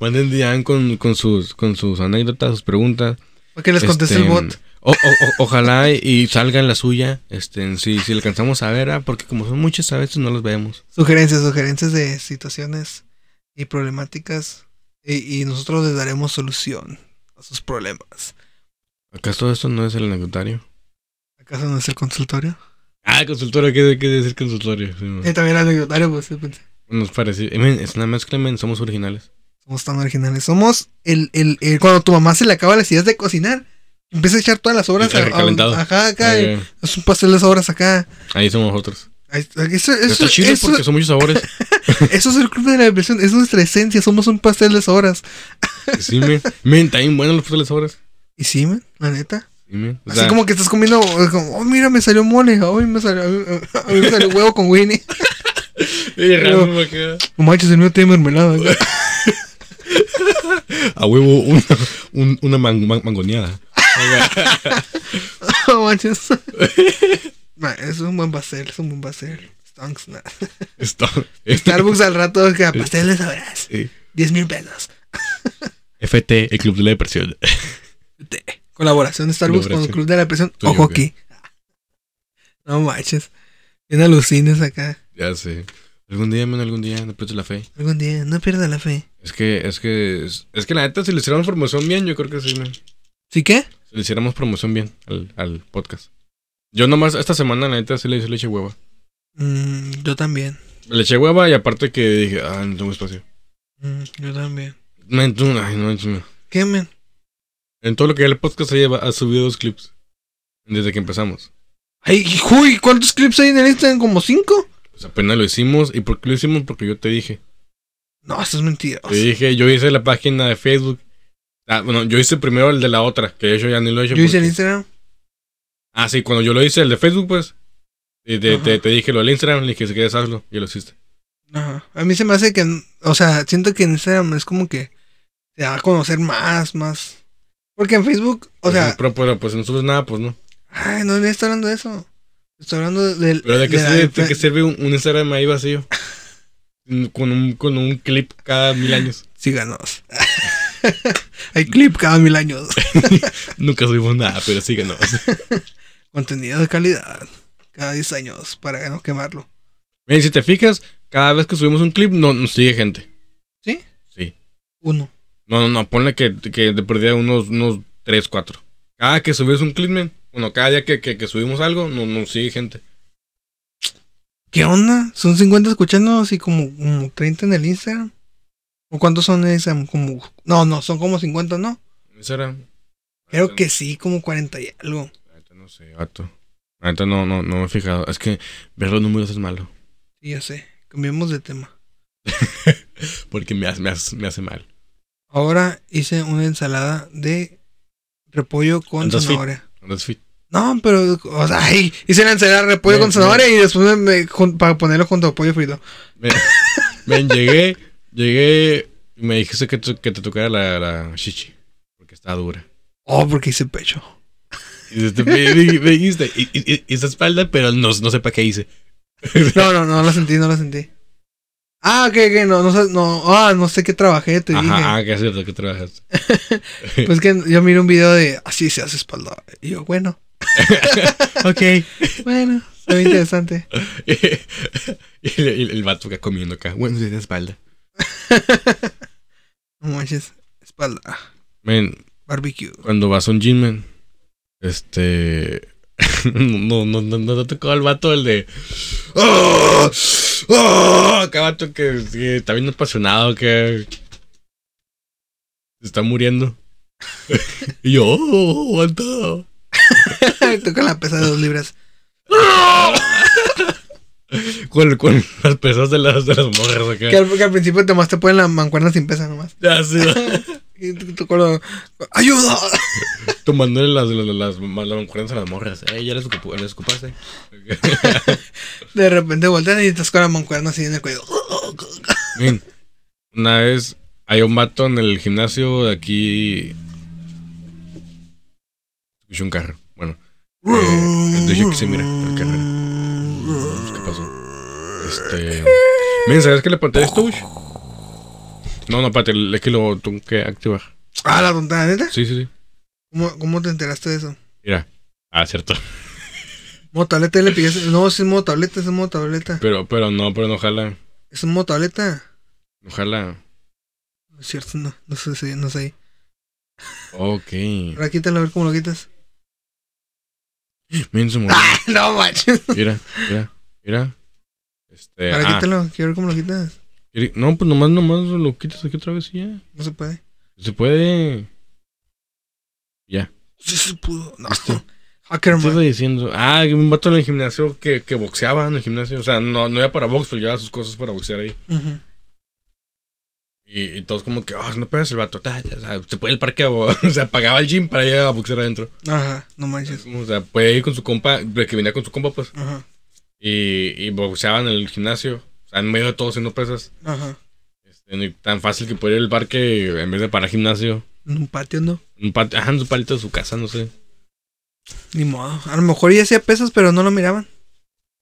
Speaker 2: Manden DM con, con, sus, con sus anécdotas, sus preguntas.
Speaker 1: Para que les conteste
Speaker 2: Este,
Speaker 1: el bot.
Speaker 2: o- o- o- ojalá y, y salgan la suya. Este, si, si le alcanzamos a ver, ah, porque como son muchas, a veces no los vemos.
Speaker 1: Sugerencias, sugerencias de situaciones y problemáticas. Y, y nosotros les daremos solución a sus problemas.
Speaker 2: ¿Acaso esto no es el anecdotario?
Speaker 1: ¿Acaso no es el consultorio?
Speaker 2: Ah, consultorio, ¿qué, qué decir consultorio? Sí, man.
Speaker 1: Eh, también el anecdotario, pues sí, pensé.
Speaker 2: Nos parece. eh, men, es una mezcla, men, somos originales.
Speaker 1: Somos tan originales. Somos el, el, el- cuando tu mamá se le acaba las ideas de cocinar, empieza a echar todas las obras
Speaker 2: El- el recalentado.
Speaker 1: ajá, acá,
Speaker 2: Ahí,
Speaker 1: eh, es un pastel de sobras acá.
Speaker 2: ahí somos nosotros.
Speaker 1: Ahí está, Eso,
Speaker 2: Pero
Speaker 1: eso,
Speaker 2: está chido
Speaker 1: eso-
Speaker 2: porque son muchos sabores.
Speaker 1: eso es el club de la depresión, es nuestra esencia, somos un pastel de sobras.
Speaker 2: Sí, men. Men, está bien bueno los pasteles de sobres.
Speaker 1: Y sí, man, la neta.
Speaker 2: Sí, men. O
Speaker 1: Así
Speaker 2: sea,
Speaker 1: como que estás comiendo, eh, como, oh, mira, me salió mole, oh, me salió, a, mí, a mí me salió huevo con Winnie.
Speaker 2: eh, random acá.
Speaker 1: No manches, el mío tiene mermelada. acá.
Speaker 2: A huevo, una, un- una man- man- mangoneada.
Speaker 1: No manches. Man, es un buen pastel, es un buen pastel. Stonks, nah.
Speaker 2: Está.
Speaker 1: Starbucks al rato, que a pastel de sobras.
Speaker 2: Sí.
Speaker 1: 10 mil pesos.
Speaker 2: FT, el club de la depresión.
Speaker 1: Te- Colaboración de Starbucks con el
Speaker 2: Colaboración.
Speaker 1: Club de la Presión.
Speaker 2: Tú y
Speaker 1: Ojo
Speaker 2: yo, ¿qué?
Speaker 1: aquí. No manches. Bien alucines acá.
Speaker 2: ya sé. Algún día, men, algún día, no pierdas la fe.
Speaker 1: Algún día, no pierda la fe.
Speaker 2: Es que, es que, es, es que la neta, si le hiciéramos promoción bien, yo creo que sí, men.
Speaker 1: ¿Sí qué?
Speaker 2: Si le hiciéramos promoción bien al, al podcast. Yo nomás, esta semana, la neta, sí le, sí le eché hueva.
Speaker 1: Mm, yo también.
Speaker 2: Le eché hueva y aparte que dije, ah, no tengo espacio.
Speaker 1: Mm, yo también.
Speaker 2: No, tú- ay, no, tú-
Speaker 1: ¿Qué, men?
Speaker 2: En todo lo que el podcast se lleva, ha subido dos clips. Desde que empezamos.
Speaker 1: Ay, uy, ¿cuántos clips hay en el Instagram? ¿Como cinco?
Speaker 2: Pues apenas lo hicimos. ¿Y por qué lo hicimos? Porque yo te dije.
Speaker 1: No, eso es mentiroso.
Speaker 2: Te dije, yo hice la página de Facebook. Ah, bueno, yo hice primero el de la otra, que de hecho ya ni lo he hecho.
Speaker 1: Yo hice el
Speaker 2: porque-
Speaker 1: Instagram.
Speaker 2: Ah, sí, cuando yo lo hice, el de Facebook, pues. y te,
Speaker 1: Ajá.
Speaker 2: te- te dije lo del Instagram, le dije, si quieres hazlo, y lo hiciste.
Speaker 1: Ajá. A mí se me hace que, o sea, siento que en Instagram es como que se va a conocer más, más. Porque en Facebook, o
Speaker 2: Pues,
Speaker 1: sea,
Speaker 2: Pero, pero, pues no subes nada, pues no.
Speaker 1: ay, no, no estoy hablando de eso. Estoy hablando del.
Speaker 2: Pero de qué,
Speaker 1: la
Speaker 2: sirve, de
Speaker 1: dife-
Speaker 2: qué sirve un, un Instagram ahí vacío. Mm, con, un, con un clip cada mil años.
Speaker 1: Síganos. Hay clip cada mil años.
Speaker 2: Nunca subimos nada, pero síganos.
Speaker 1: Contenido de calidad. Cada 10 años para no quemarlo.
Speaker 2: Miren, si te fijas, cada vez que subimos un clip, no nos sigue gente.
Speaker 1: ¿Sí?
Speaker 2: Sí.
Speaker 1: Uno.
Speaker 2: No, no, no, ponle que, que te perdía unos, unos 3, 4. Cada que subes un clip, men, bueno, cada día que, que, que subimos algo, no, no sigue gente.
Speaker 1: ¿Qué onda? Son 50 escuchándonos y como, como 30 en el Instagram. ¿O cuántos son en Instagram? Como, no, no, son como 50, ¿no?
Speaker 2: Eso era.
Speaker 1: Creo que sí, como 40 y algo.
Speaker 2: Ahorita no sé, gato. Ahorita no, no, no me he fijado. Es que ver los números es malo.
Speaker 1: Sí, ya sé. Cambiemos de tema.
Speaker 2: Porque me hace, me hace, me hace mal.
Speaker 1: Ahora hice una ensalada de repollo con
Speaker 2: Entonces, sí.
Speaker 1: zanahoria.
Speaker 2: Andas fit.
Speaker 1: No, pero, o sea, ay, hice la ensalada de repollo
Speaker 2: Bien,
Speaker 1: con zanahoria y después me, me- jun- para ponerlo junto a pollo frito.
Speaker 2: Ven, ven, llegué, llegué y me dijiste que, tu- que te tocara la, la chichi. Porque está dura.
Speaker 1: Oh, porque hice pecho.
Speaker 2: Y dijiste, me, me- me dijiste, "Y- y- y- hice espalda, pero no, no sé para qué hice.
Speaker 1: No, no, no lo sentí, no lo sentí. Ah, que, que, no, no, sé- no, ah, no sé qué trabajé, te dije.
Speaker 2: Ajá, ah, que es cierto que trabajas.
Speaker 1: Pues que yo miré un video de así se hace espalda. Y yo, bueno,
Speaker 2: ok.
Speaker 1: bueno, se ve interesante.
Speaker 2: y el, el- el vato acá comiendo acá. Bueno, sí, de espalda.
Speaker 1: No manches, espalda,
Speaker 2: Men,
Speaker 1: barbecue.
Speaker 2: cuando vas a un gym, man, este. no, no, no, no te ha tocado el vato el de. ¡Oh! ¡Oh! Acá vato que, que está bien apasionado, que. Se está muriendo. y yo, ¡oh! aguanta".
Speaker 1: Toca la pesa de dos libras.
Speaker 2: con, con las pesas de las, de las morras
Speaker 1: Que
Speaker 2: acá.
Speaker 1: al, que al principio nomás te ponen la mancuerna sin pesa nomás.
Speaker 2: Ya, sí, va.
Speaker 1: Y tú- tú con lo- ¡Ayuda!
Speaker 2: Tomándole las, las, las, las, mancuernas a las morras. Eh, ya las, ocupo- las ocupaste.
Speaker 1: De repente voltean y estás con la mancuerna así en el cuello.
Speaker 2: Men, una vez hay un vato en el gimnasio de aquí. Escuché un carro. Bueno, Eh, el dueño que se mira, el que pues, ¿qué pasó? Este. Men, ¿sabes que la pantalla es touch? No, no, espérate, es que lo tengo que activar.
Speaker 1: Ah, la tonta, ¿neta?
Speaker 2: Sí, sí, sí.
Speaker 1: ¿Cómo, ¿Cómo te enteraste de eso?
Speaker 2: Mira. Ah, cierto.
Speaker 1: Modo tableta, ya le pillaste. No, sí, es modo tableta, es modo tableta.
Speaker 2: Pero, pero no, pero no jala.
Speaker 1: Es modo tableta.
Speaker 2: No jala.
Speaker 1: No es cierto, no, no sé, si- no sé.
Speaker 2: Ok.
Speaker 1: Ahora quítalo, a ver cómo lo quitas.
Speaker 2: Men, se movió.
Speaker 1: ¡Ah, no manches!
Speaker 2: Mira, mira, mira. Este.
Speaker 1: Ahora
Speaker 2: ah,
Speaker 1: quítalo, quiero ver cómo lo quitas.
Speaker 2: quiere- No, pues nomás, nomás lo quitas aquí otra vez y ya.
Speaker 1: No se puede.
Speaker 2: Se puede.
Speaker 1: Sí se pudo. No.
Speaker 2: ¿Viste?
Speaker 1: Hacker,
Speaker 2: ¿Qué estaba
Speaker 1: man.
Speaker 2: diciendo? Ah, un vato en el gimnasio que, que boxeaba en el gimnasio. O sea, no, no era para box, pero llevaba sus cosas para boxear ahí.
Speaker 1: Ujú.
Speaker 2: Y, y todos como que, ah, no pegas el vato. ta, ta, ta". se puede el parque, a bo- o sea, pagaba el gym para ir a boxear adentro.
Speaker 1: Ajá, no manches.
Speaker 2: O sea, puede ir con su compa, de que venía con su compa, pues.
Speaker 1: Ajá,
Speaker 2: Y, y boxeaba en el gimnasio. O sea, en medio de todo haciendo pesas.
Speaker 1: ajá.
Speaker 2: Este, ni tan fácil que podía ir al parque en vez de para gimnasio.
Speaker 1: En un patio, ¿no?
Speaker 2: Un pat- ajá, en su palito de su casa, no sé.
Speaker 1: Ni modo. A lo mejor ya hacía pesas, pero no lo miraban.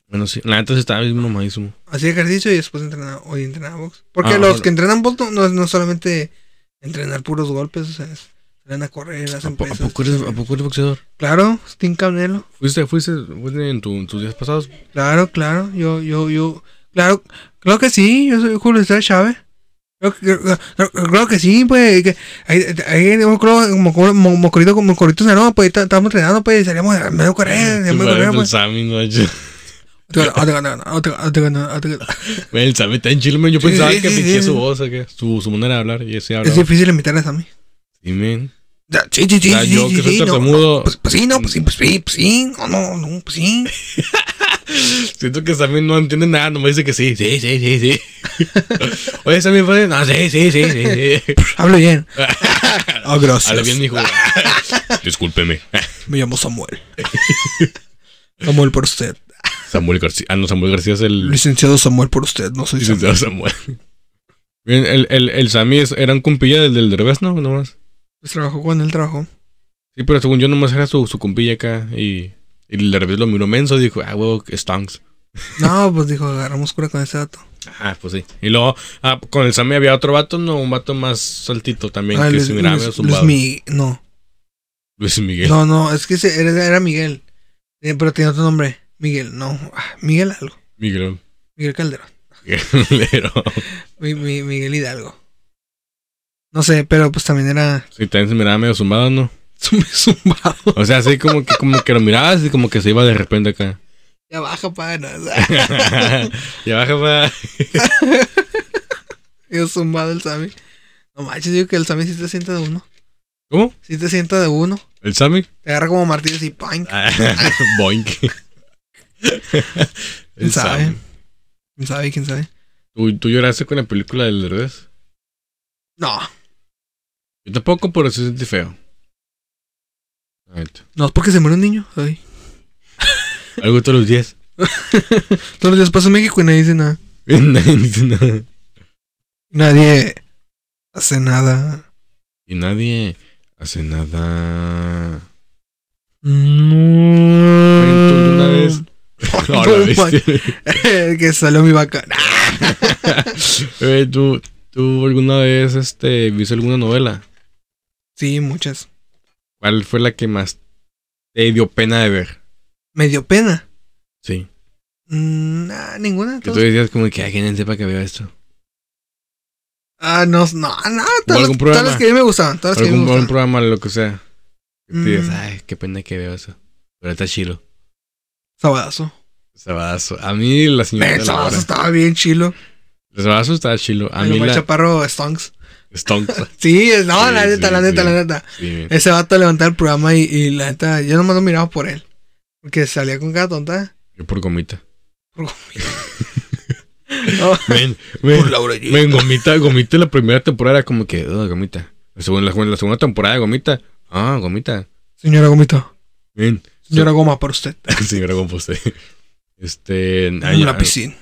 Speaker 2: Bueno, sí. La neta sí estaba bien mamadísimo.
Speaker 1: Hacía ejercicio y después entrenaba. Hoy entrenaba box. Porque
Speaker 2: Ah,
Speaker 1: los
Speaker 2: bueno.
Speaker 1: que entrenan box no, no es no solamente entrenar puros golpes, o sea, es, salen a correr,
Speaker 2: ¿A,
Speaker 1: hacen
Speaker 2: po- a
Speaker 1: pesas.
Speaker 2: poco eres, ¿A poco eres boxeador?
Speaker 1: Claro, Sting Canelo.
Speaker 2: ¿Fuiste, fuiste, fuiste en, tu- en tus días pasados?
Speaker 1: Claro, claro. Yo, yo, yo. Claro, creo que sí. Yo soy Julio César Chávez. Creo, que- creo- creo- creo que sí, pues. que Ahí, ahí yo creo que como, como, como corrito, como corrito no, pues está- estábamos entrenando, pues y salíamos a medio correr, a
Speaker 2: Tu
Speaker 1: medio
Speaker 2: padre
Speaker 1: correr,
Speaker 2: es El
Speaker 1: pues.
Speaker 2: Sammy, no yo-
Speaker 1: Otro- otro- otro- otro- otro- otro- otro.
Speaker 2: Güey, El Sammy está en chile, man. Yo
Speaker 1: Sí,
Speaker 2: pensaba
Speaker 1: sí,
Speaker 2: que
Speaker 1: sí,
Speaker 2: fingía
Speaker 1: sí.
Speaker 2: su voz, acá, su, su manera de hablar. Y ese habla.
Speaker 1: Es difícil imitar a Sammy.
Speaker 2: Sí, man.
Speaker 1: Sí, sí, sí,
Speaker 2: O sea,
Speaker 1: sí,
Speaker 2: yo
Speaker 1: sí,
Speaker 2: que soy
Speaker 1: sí, no,
Speaker 2: tartamudo-
Speaker 1: no, pues, pues sí, no, pues sí, pues sí, pues sí, no, no, no, pues sí.
Speaker 2: Siento que Sammy no entiende nada, nomás dice que sí, sí, sí, sí, sí. Oye, Sammy, ¿puedes? No, sí, sí, sí, sí, sí.
Speaker 1: Hablo bien. Ah,
Speaker 2: Habla bien, hijo. Discúlpeme.
Speaker 1: Me llamo Samuel. Samuel por usted.
Speaker 2: Samuel García. Ah, no, Samuel García es el
Speaker 1: Licenciado Samuel por usted, no soy
Speaker 2: licenciado Samuel. Bien, el, el, el Sammy es- era un compilla del, del Derbez, ¿no? Nomás.
Speaker 1: Pues trabajó con él, trabajó.
Speaker 2: Sí, pero según yo nomás era su, su compilla acá y, y el Derbez lo miró menso y dijo, ah, huevo, stonks.
Speaker 1: No, pues dijo, agarramos cura con ese dato.
Speaker 2: Ah, pues sí. Y luego, ah, con el Sammy había otro vato, no, un vato más altito también,
Speaker 1: Ah,
Speaker 2: que
Speaker 1: Luis,
Speaker 2: se miraba
Speaker 1: Luis-
Speaker 2: medio
Speaker 1: Luis
Speaker 2: zumbado. Luis,
Speaker 1: Mi- no,
Speaker 2: Miguel.
Speaker 1: no, no, es que ese era, era Miguel. Eh, pero tenía otro nombre. Miguel, no. ah, Miguel algo.
Speaker 2: Miguel.
Speaker 1: Miguel Calderón.
Speaker 2: Miguelero.
Speaker 1: Mi- mi- Miguel Hidalgo. No sé, pero pues también era
Speaker 2: Sí, también se miraba medio zumbado, ¿no?
Speaker 1: zum- zumbado.
Speaker 2: O sea, así como que, como que lo mirabas y como que se iba de repente acá.
Speaker 1: Ya baja, pa, no, o sea,
Speaker 2: y abajo va.
Speaker 1: yo zumbado el Sammy. No manches, digo que el Sammy sí te sienta de uno.
Speaker 2: ¿Cómo?
Speaker 1: Sí te sienta de uno.
Speaker 2: ¿El Sammy?
Speaker 1: Te agarra como martillos y pan.
Speaker 2: Ah, Boink.
Speaker 1: ¿Quién
Speaker 2: El
Speaker 1: sabe?
Speaker 2: Sammy.
Speaker 1: ¿Quién sabe? ¿Quién sabe?
Speaker 2: ¿Tú, tú lloraste con la película del revés?
Speaker 1: No,
Speaker 2: Yo tampoco, pero sí sentí feo. Ahí está.
Speaker 1: no es porque se muere un niño. Ay.
Speaker 2: Algo todos los días.
Speaker 1: Todos los días paso en México y nadie dice nada.
Speaker 2: Nadie dice nada.
Speaker 1: Nadie hace nada.
Speaker 2: y nadie hace nada.
Speaker 1: No.
Speaker 2: Oye, tú una vez- No, la bestia.
Speaker 1: que salió mi vaca.
Speaker 2: Oye, Eh, ¿tú, ¿Tú alguna vez este, viste alguna novela?
Speaker 1: Sí, muchas.
Speaker 2: ¿Cuál fue la que más te dio pena de ver?
Speaker 1: Me dio pena.
Speaker 2: Sí.
Speaker 1: Mm, nah, ninguna.
Speaker 2: Que
Speaker 1: todas-
Speaker 2: tú decías como que, ay, que nadie sepa que veo esto.
Speaker 1: Ah, no, no, no. Todas, las, todas las
Speaker 2: algún programa.
Speaker 1: que a mí me gustaban. Todas las que a mí me
Speaker 2: Algún algún
Speaker 1: gustaban.
Speaker 2: programa, lo que sea. Que tú digas,
Speaker 1: Mm.
Speaker 2: ay, qué pena que veo eso. Pero está chilo.
Speaker 1: Sabadazo.
Speaker 2: Sabadazo. A mí la señora
Speaker 1: El
Speaker 2: de la hora.
Speaker 1: sabadazo estaba bien chilo.
Speaker 2: El sabadazo está chilo. A
Speaker 1: El
Speaker 2: mí
Speaker 1: Omar
Speaker 2: la...
Speaker 1: Chaparro Stonks.
Speaker 2: Stonks.
Speaker 1: Sí, es- no,
Speaker 2: Sí,
Speaker 1: la neta,
Speaker 2: sí,
Speaker 1: la neta,
Speaker 2: sí.
Speaker 1: la neta.
Speaker 2: Sí, bien.
Speaker 1: Ese vato levantaba el programa y, y la neta, yo nomás lo miraba por él. Porque salía con cada tonta.
Speaker 2: Yo por Oh. gomita.
Speaker 1: No.
Speaker 2: Ven, ven.
Speaker 1: Laura
Speaker 2: Ven, gomita, gomita la primera temporada era como que, "Ah, gomita. La segunda, la, la segunda temporada, gomita. Ah, gomita.
Speaker 1: Señora Gomito.
Speaker 2: Ven.
Speaker 1: Señora Goma para usted.
Speaker 2: Señora Gomposte. Este. ay,
Speaker 1: En la
Speaker 2: ay,
Speaker 1: piscina.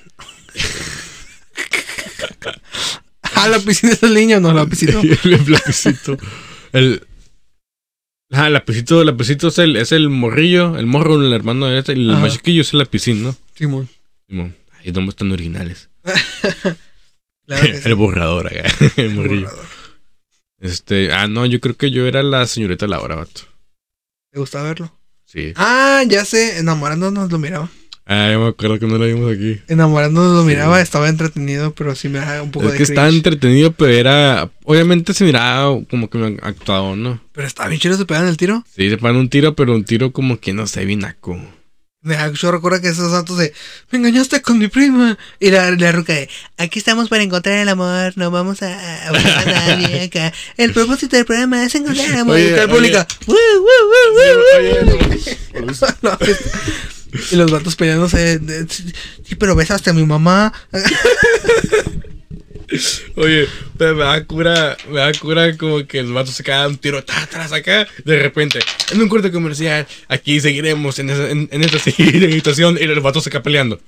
Speaker 1: ah, la piscina es el niño, no, la piscina.
Speaker 2: el lapicito. El. Ah, el lapicito, el lapicito es el, es el morrillo, el morro, el hermano de este, y el
Speaker 1: Ajá.
Speaker 2: más chiquillo es el lapicín, ¿no?
Speaker 1: Simón.
Speaker 2: Simón. Ay, no están originales.
Speaker 1: La verdad que Ah, sí.
Speaker 2: el borrador acá, el morrillo.
Speaker 1: Borrador.
Speaker 2: Este, ah, no, yo creo que yo era la señorita Laura, vato.
Speaker 1: ¿Te gusta verlo?
Speaker 2: Sí.
Speaker 1: Ah, ya sé, enamorándonos lo miraba.
Speaker 2: Ah, yo me acuerdo que no la vimos aquí.
Speaker 1: Enamorándonos lo
Speaker 2: Sí.
Speaker 1: miraba, estaba entretenido, pero sí me dejaba un poco
Speaker 2: Es
Speaker 1: de
Speaker 2: que estaba
Speaker 1: cringe.
Speaker 2: entretenido, pero era. Obviamente se miraba como que me actuado, ¿no?
Speaker 1: Pero estaba bien chido, se pegaban el tiro.
Speaker 2: Sí, se pagan un tiro, pero un tiro como que no sé, binaco.
Speaker 1: Me da- Yo recuerdo que esos santos de Me engañaste con mi prima Y la, la ruca de Aquí estamos para encontrar el amor No vamos a a buscar a nadie acá El propósito del programa es encontrar el amor
Speaker 2: Oye,
Speaker 1: Y acá el
Speaker 2: oye.
Speaker 1: público "Woo, woo, woo, woo, woo". No, Y los vatos peleándose de- de- Sí, pero besaste a mi mamá
Speaker 2: Oye, pero me da cura, me da cura como que los vatos se cagan un tiro ta, tras acá, de repente, en un corte comercial, aquí seguiremos en, esa- en, en esta siguiente habitación y los vatos se acá peleando.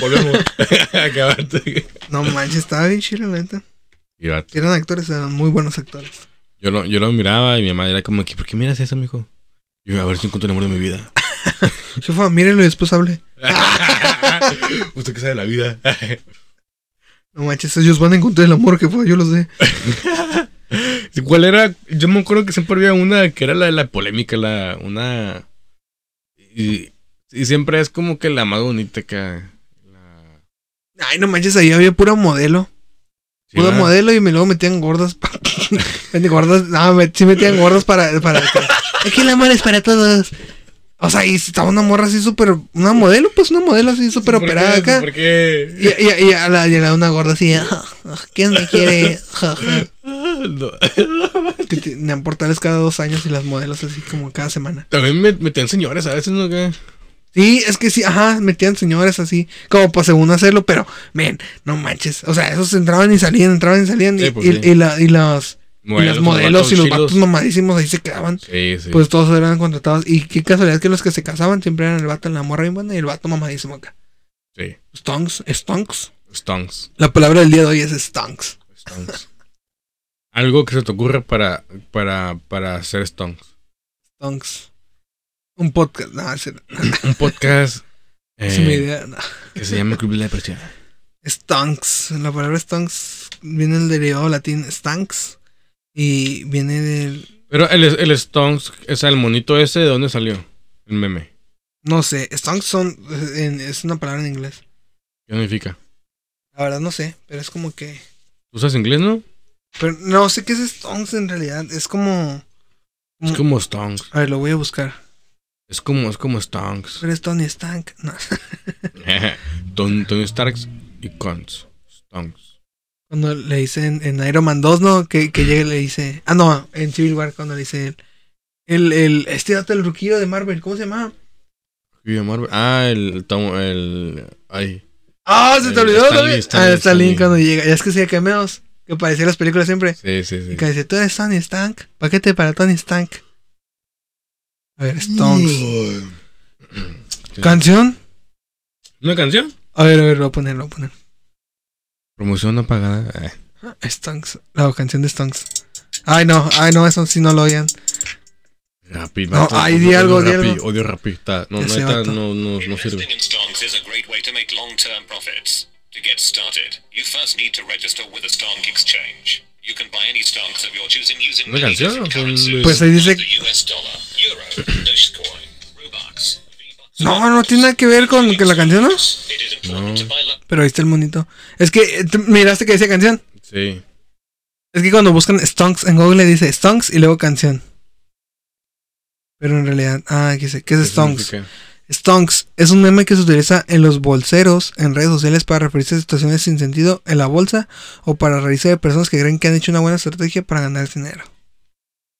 Speaker 2: Volvemos a acabarte.
Speaker 1: No manches, estaba bien chido la neta
Speaker 2: Y vato,
Speaker 1: Eran actores, eran muy buenos actores
Speaker 2: Yo lo, yo lo miraba y mi mamá era como que, ¿por qué miras eso, mijo? Y yo, a ver si encuentro el amor de mi vida.
Speaker 1: Chofa, mírenlo y después hable
Speaker 2: Usted que sabe la vida.
Speaker 1: No manches, ellos van a encontrar el amor que fue Yo lo sé
Speaker 2: Sí, ¿Cuál era? Yo me acuerdo que siempre había una que era la de la polémica, la una y, y siempre es como que la más bonita que la
Speaker 1: Ay, no manches, ahí había pura modelo
Speaker 2: sí,
Speaker 1: Pudo
Speaker 2: ¿verdad?
Speaker 1: modelo y me luego metían gordas. pa- Metían gordas. No, me, sí metían gordas para. para es que el amor es para todos. O sea, y estaba una morra así súper. Una modelo, pues una modelo así súper
Speaker 2: ¿Por qué?
Speaker 1: operada acá.
Speaker 2: ¿Por qué?
Speaker 1: Y, y- y a la llegaba una gorda así. "Ah, ah, ¿Quién me quiere? Ah, ah".
Speaker 2: No.
Speaker 1: Que tenían portales cada dos años y las modelos así como cada semana.
Speaker 2: También me metían señores a veces, ¿no? Que-
Speaker 1: Sí, es que sí, ajá, metían señores así, como para según hacerlo, pero, men, no manches. O sea, esos entraban y salían, entraban y salían.
Speaker 2: Sí,
Speaker 1: y,
Speaker 2: pues,
Speaker 1: y-
Speaker 2: sí.
Speaker 1: y la- y las- y
Speaker 2: Modelos,
Speaker 1: los modelos y los
Speaker 2: vatos
Speaker 1: vatos mamadísimos ahí se quedaban.
Speaker 2: Sí, sí.
Speaker 1: Pues todos eran contratados. Y qué casualidad que los que se casaban siempre eran el vato en la morra bien buena y el vato mamadísimo acá.
Speaker 2: sí.
Speaker 1: Stonks, stonks.
Speaker 2: Stonks.
Speaker 1: La palabra del día de hoy es stonks.
Speaker 2: Stonks. Algo que se te ocurra para, para, para hacer Stonks.
Speaker 1: Stonks. Un podcast. No, ese-
Speaker 2: Un podcast eh,
Speaker 1: esa es mi idea. no.
Speaker 2: que se llama Club de la Depresión.
Speaker 1: Stonks. La palabra stonks viene del derivado latín stonks. Y viene del.
Speaker 2: Pero el, el Stonks, o sea, el monito ese, ¿de dónde salió? El meme.
Speaker 1: No sé. Stonks son. en- es una palabra en inglés.
Speaker 2: ¿Qué significa?
Speaker 1: La verdad no sé. Pero es como que.
Speaker 2: ¿Tú sabes inglés, no?
Speaker 1: Pero no sé qué es stonks en realidad. Es como.
Speaker 2: Es como Stonks.
Speaker 1: A ver, lo voy a buscar.
Speaker 2: Es como, es como Stonks.
Speaker 1: Pero es Tony Stank. No.
Speaker 2: Ton- Tony Starks y Cons. Stonks.
Speaker 1: Cuando le dicen en Iron Man 2, ¿no? Que, que llega y le dice. Ah, no, en Civil War, cuando le dice el. El, el, este dato, el ruquillo de Marvel, ¿cómo se llama?
Speaker 2: Y de Marvel. Ah, el Tom, el. Ay.
Speaker 1: ¡Ah, se te
Speaker 2: El
Speaker 1: olvidó!
Speaker 2: Stan
Speaker 1: también!
Speaker 2: Lee, Stan
Speaker 1: ah, Stan
Speaker 2: Lee,
Speaker 1: Lee
Speaker 2: Stan Lee.
Speaker 1: cuando llega. Ya es que sí, que cameos. Que parecía las películas siempre.
Speaker 2: Sí, sí, sí.
Speaker 1: Y que dice, tú eres Tony Stank. Paquete para Tony Stank. A ver, Stonks. ¿Canción?
Speaker 2: ¿Una canción?
Speaker 1: A ver, a ver, lo voy a poner, lo voy a poner.
Speaker 2: Promoción no pagada. Eh.
Speaker 1: Ah, Stonks. La canción de Stonks. Ay, no, ay, no, eso sí no lo oían.
Speaker 2: Rappi,
Speaker 1: No,
Speaker 2: vato,
Speaker 1: ay,
Speaker 2: odio-
Speaker 1: di algo,
Speaker 2: odio
Speaker 1: di
Speaker 2: Rappi,
Speaker 1: algo.
Speaker 2: Odio Rappi, está- no, no,
Speaker 1: Ese
Speaker 2: está-
Speaker 1: vato.
Speaker 2: no, no, no sirve.
Speaker 3: Investing in stocks is a great way to make long-term profits. To get started, you first need to register with a stock exchange. You can buy any stocks of your choosing using
Speaker 2: Una
Speaker 3: many
Speaker 2: canción,
Speaker 3: different
Speaker 2: o un-
Speaker 3: currencies.
Speaker 1: Pues ahí dice-
Speaker 3: The US dollar, euro, Dogecoin, Robux, V-Bucks.
Speaker 1: No, no tiene nada que ver con, con la canción, ¿no?
Speaker 3: It is important to buy lo-
Speaker 1: Pero ahí está el monito. Es que, eh, ¿tú ¿miraste que decía canción?
Speaker 2: Sí.
Speaker 1: Es que cuando buscan Stonks en Google dice Stonks y luego canción. Pero en realidad, ah, aquí dice, ¿qué
Speaker 2: ¿qué
Speaker 1: es Stonks?
Speaker 2: significa?
Speaker 1: Stonks es un meme que se utiliza en los bolseros, en redes sociales para referirse a situaciones sin sentido en la bolsa o para reírse de personas que creen que han hecho una buena estrategia para ganar dinero.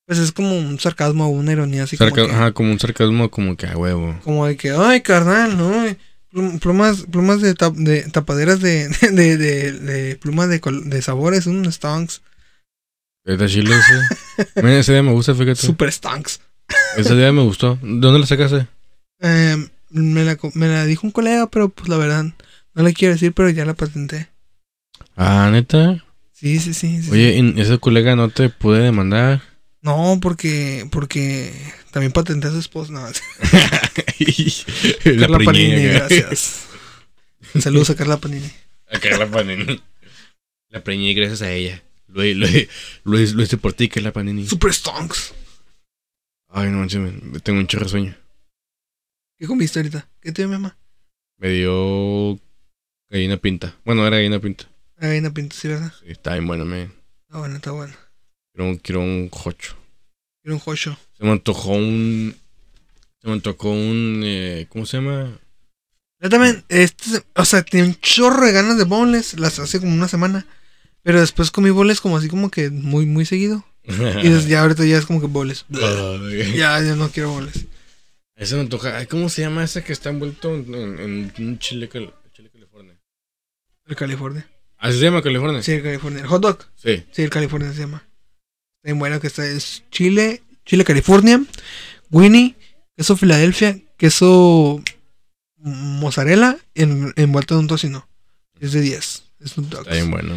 Speaker 1: Pues es como un sarcasmo o una ironía así
Speaker 2: Sarca-
Speaker 1: como que,
Speaker 2: Ajá, como un sarcasmo como que a huevo.
Speaker 1: como de que, ay, carnal, no, eh, plum- plumas, plumas de, tap- de tapaderas de, de, de, de plumas de, col- de sabores, un Stonks,
Speaker 2: ¿Es de Chile ese? Mira, ese día me gusta, fíjate.
Speaker 1: super Stonks.
Speaker 2: Ese día me gustó. ¿De dónde lo sacaste?
Speaker 1: Eh, me, la, co- me la dijo un colega, pero pues la verdad, no le quiero decir, pero ya la patenté.
Speaker 2: Ah, ¿neta?
Speaker 1: Sí, sí, sí. sí.
Speaker 2: Oye, ¿y ese colega no te pude demandar?
Speaker 1: No, porque, porque también patenté a su esposa. No,
Speaker 2: la
Speaker 1: Carla Panini,
Speaker 2: preñé, acá.
Speaker 1: gracias. Saludos a Carla Panini.
Speaker 2: A Carla Panini. La preñé gracias a ella. Lo, lo, lo, lo hice por ti, Carla Panini.
Speaker 1: Super Stonks.
Speaker 2: Ay, no manches, me- tengo un chorro de sueño.
Speaker 1: ¿Qué comiste ahorita? ¿Qué te dio mi mamá?
Speaker 2: Me dio gallina pinta. Bueno, era gallina pinta.
Speaker 1: La gallina Ah, pinta, sí, ¿verdad?
Speaker 2: Sí, está bien bueno, me
Speaker 1: Está bueno, está bueno.
Speaker 2: Quiero, un- quiero un jocho.
Speaker 1: Era un jocho.
Speaker 2: Se me antojó un... Se me antojó un... eh, ¿Cómo se llama?
Speaker 1: Yo también, este, se- o sea, tenía un chorro de ganas de bowls las hace como una semana. Pero después comí bowls como así como que muy, muy seguido. Y desde ya ahorita ya es como que bowls.
Speaker 2: Ay,
Speaker 1: Ya, ya no quiero bowls.
Speaker 2: Se me antoja... Ay, ¿Cómo se llama ese que está envuelto en, en- en un chile, cal- chile California?
Speaker 1: El California.
Speaker 2: ¿Así se llama California?
Speaker 1: Sí, el California. El hot dog.
Speaker 2: Sí.
Speaker 1: Sí, el California se llama. Está bien bueno que está. Es Chile, Chile, California. Winnie, queso Filadelfia, queso mm, mozzarella en, envuelto en un tocino. Es de 10. Snoop Dogg.
Speaker 2: Está bien bueno.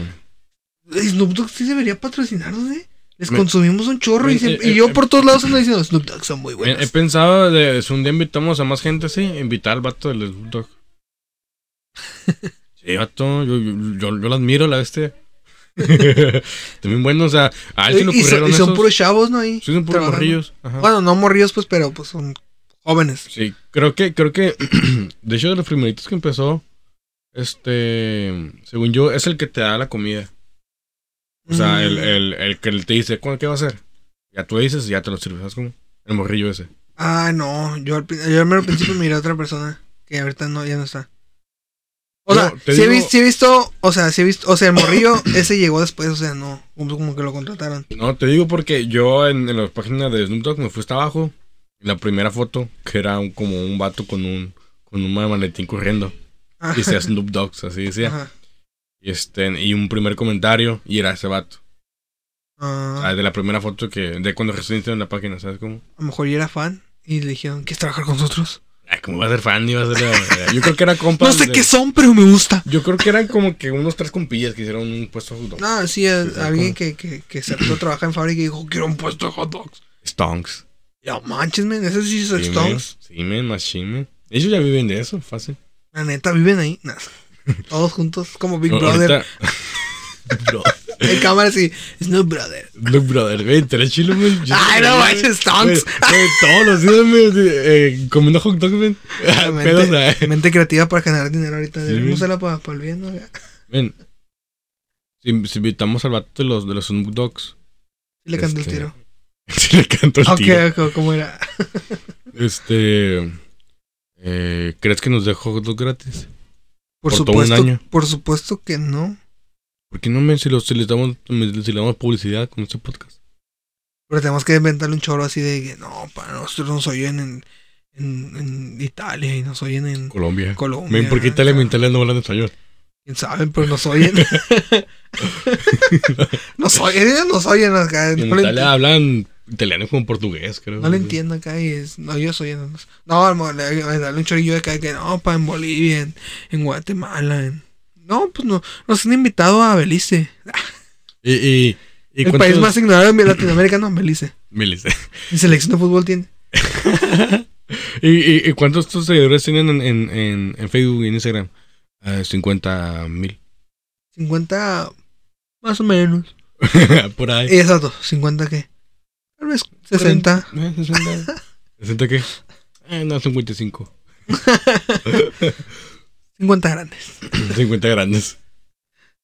Speaker 1: Eh, Snoop Dogg sí debería patrocinarnos, ¿eh? Les
Speaker 2: Me-
Speaker 1: consumimos un chorro y,
Speaker 2: Me-
Speaker 1: siempre-
Speaker 2: eh,
Speaker 1: y
Speaker 2: eh,
Speaker 1: yo
Speaker 2: eh,
Speaker 1: por todos lados ando diciendo Snoop Dogg son muy
Speaker 2: He, he
Speaker 1: buenos.
Speaker 2: pensado de... Si un día invitamos a más gente, sí. Invitar al vato del Snoop Dogg. Sí, vato. Yo, yo, yo, yo lo admiro, la bestia. También bueno, o sea... A él se le
Speaker 1: Eh, y, son,
Speaker 2: ocurrieron
Speaker 1: y son
Speaker 2: esos.
Speaker 1: puros chavos, ¿no? Ahí,
Speaker 2: Sí, son puros
Speaker 1: trabajando.
Speaker 2: morrillos. Ajá.
Speaker 1: Bueno, no morrillos, pues, pero pues son jóvenes.
Speaker 2: Sí, creo que, creo que, de hecho, de los primeritos que empezó, este, según yo, es el que te da la comida. O sea,
Speaker 1: Mm.
Speaker 2: el, el, el que te dice, ¿cuándo qué va a hacer? Ya tú le dices y ya te lo sirves, ¿sabes cómo? El morrillo ese.
Speaker 1: Ah, no, yo al, prin- yo al mero principio miré a otra persona que ahorita no, ya no está. O sea,
Speaker 2: No, te
Speaker 1: si he,
Speaker 2: digo-
Speaker 1: vis- sí he visto, o sea, si he visto, o sea, el morrillo ese llegó después, o sea, no, como, como que lo contrataron.
Speaker 2: No, te digo porque yo en, en las páginas de Snoop Dogg me fui hasta abajo. en La primera foto, que era un- como un vato con un, con un maletín corriendo.
Speaker 1: Ah,
Speaker 2: Y decía Snoop Dogg, así decía.
Speaker 1: ajá.
Speaker 2: Y, este, y un primer comentario, y era ese vato.
Speaker 1: Ah,
Speaker 2: Ah, de la primera foto que. De cuando recién en la página, ¿sabes cómo?
Speaker 1: a lo mejor yo era fan y le dijeron, ¿quieres trabajar con nosotros?
Speaker 2: Ay, como va a ser fan, iba a ser. la- Yo creo que era compa.
Speaker 1: No sé
Speaker 2: de-
Speaker 1: qué son, pero me gusta.
Speaker 2: Yo creo que eran como que unos tres compillas que hicieron un puesto de hot dogs.
Speaker 1: No, sí, a-
Speaker 2: ¿cómo?
Speaker 1: alguien que, que, que se hartó de trabajar en fábrica y dijo, quiero un puesto de hot dogs.
Speaker 2: Stonks.
Speaker 1: Ya manches, men, esos sí son
Speaker 2: Sí, men.
Speaker 1: Stones.
Speaker 2: Sí, men, machine. Ellos ya viven de eso, fácil.
Speaker 1: La neta, viven ahí. Nah. Todos juntos, como Big
Speaker 2: A-
Speaker 1: Brother.
Speaker 2: ahorita- Bro-
Speaker 1: En cámara sí, Snoop Brother.
Speaker 2: Look, brother, güey, te chilo, güey. Yo-
Speaker 1: Ay, no
Speaker 2: güey,
Speaker 1: manches, Stonks.
Speaker 2: güey, güey, todos los días, güey, de- eh, comiendo hot dogs, güey. Pedos,
Speaker 1: Mente,
Speaker 2: eh.
Speaker 1: mente creativa para generar dinero ahorita. Debemos
Speaker 2: güey.
Speaker 1: usarla para el bien, ¿no?
Speaker 2: Men, si, si invitamos al vato de los, de los Snoop Dogs,
Speaker 1: Le canto el
Speaker 2: Este,
Speaker 1: tiro.
Speaker 2: si le canto el tiro.
Speaker 1: Ok, ok, ¿cómo era?
Speaker 2: Este. eh, ¿Crees que nos dejó hot dogs gratis?
Speaker 1: Por,
Speaker 2: Por todo un
Speaker 1: supuesto,
Speaker 2: año.
Speaker 1: por supuesto que no.
Speaker 2: ¿Por qué no, men, si, los, si les damos, si le damos publicidad con este podcast?
Speaker 1: Pero tenemos que inventarle un choro así de que no, para nosotros nos oyen en, en, en Italia y nos oyen en
Speaker 2: Colombia.
Speaker 1: Colombia.
Speaker 2: Men, ¿por qué Italia y
Speaker 1: ¿sabes?
Speaker 2: Italia no hablan español?
Speaker 1: ¿Quién sabe? Pero nos oyen. nos oyen, ellos nos oyen acá.
Speaker 2: En
Speaker 1: No le,
Speaker 2: Italia hablan italiano como portugués, creo.
Speaker 1: enti- no le entiendo acá y es, no, ellos oyen. No, hermano, le- le- dale un chorillo de acá que no, pa, en Bolivia, en, en Guatemala. en- No, pues no, nos han invitado a Belice.
Speaker 2: Y, y, y
Speaker 1: el
Speaker 2: cuántos-
Speaker 1: país más ignorado de Latinoamérica, no, Belice.
Speaker 2: Miles.
Speaker 1: ¿Y selección de fútbol tiene?
Speaker 2: ¿Y, y, y cuántos tus seguidores tienen en, en, en, en Facebook y en Instagram? Ah, 50 mil.
Speaker 1: 50, más o menos. Eh,
Speaker 2: Por ahí.
Speaker 1: Exacto, 50 qué. Tal vez 60.
Speaker 2: Eh, 60. ¿60 qué? Eh, no, 55.
Speaker 1: 50 grandes.
Speaker 2: 50 grandes.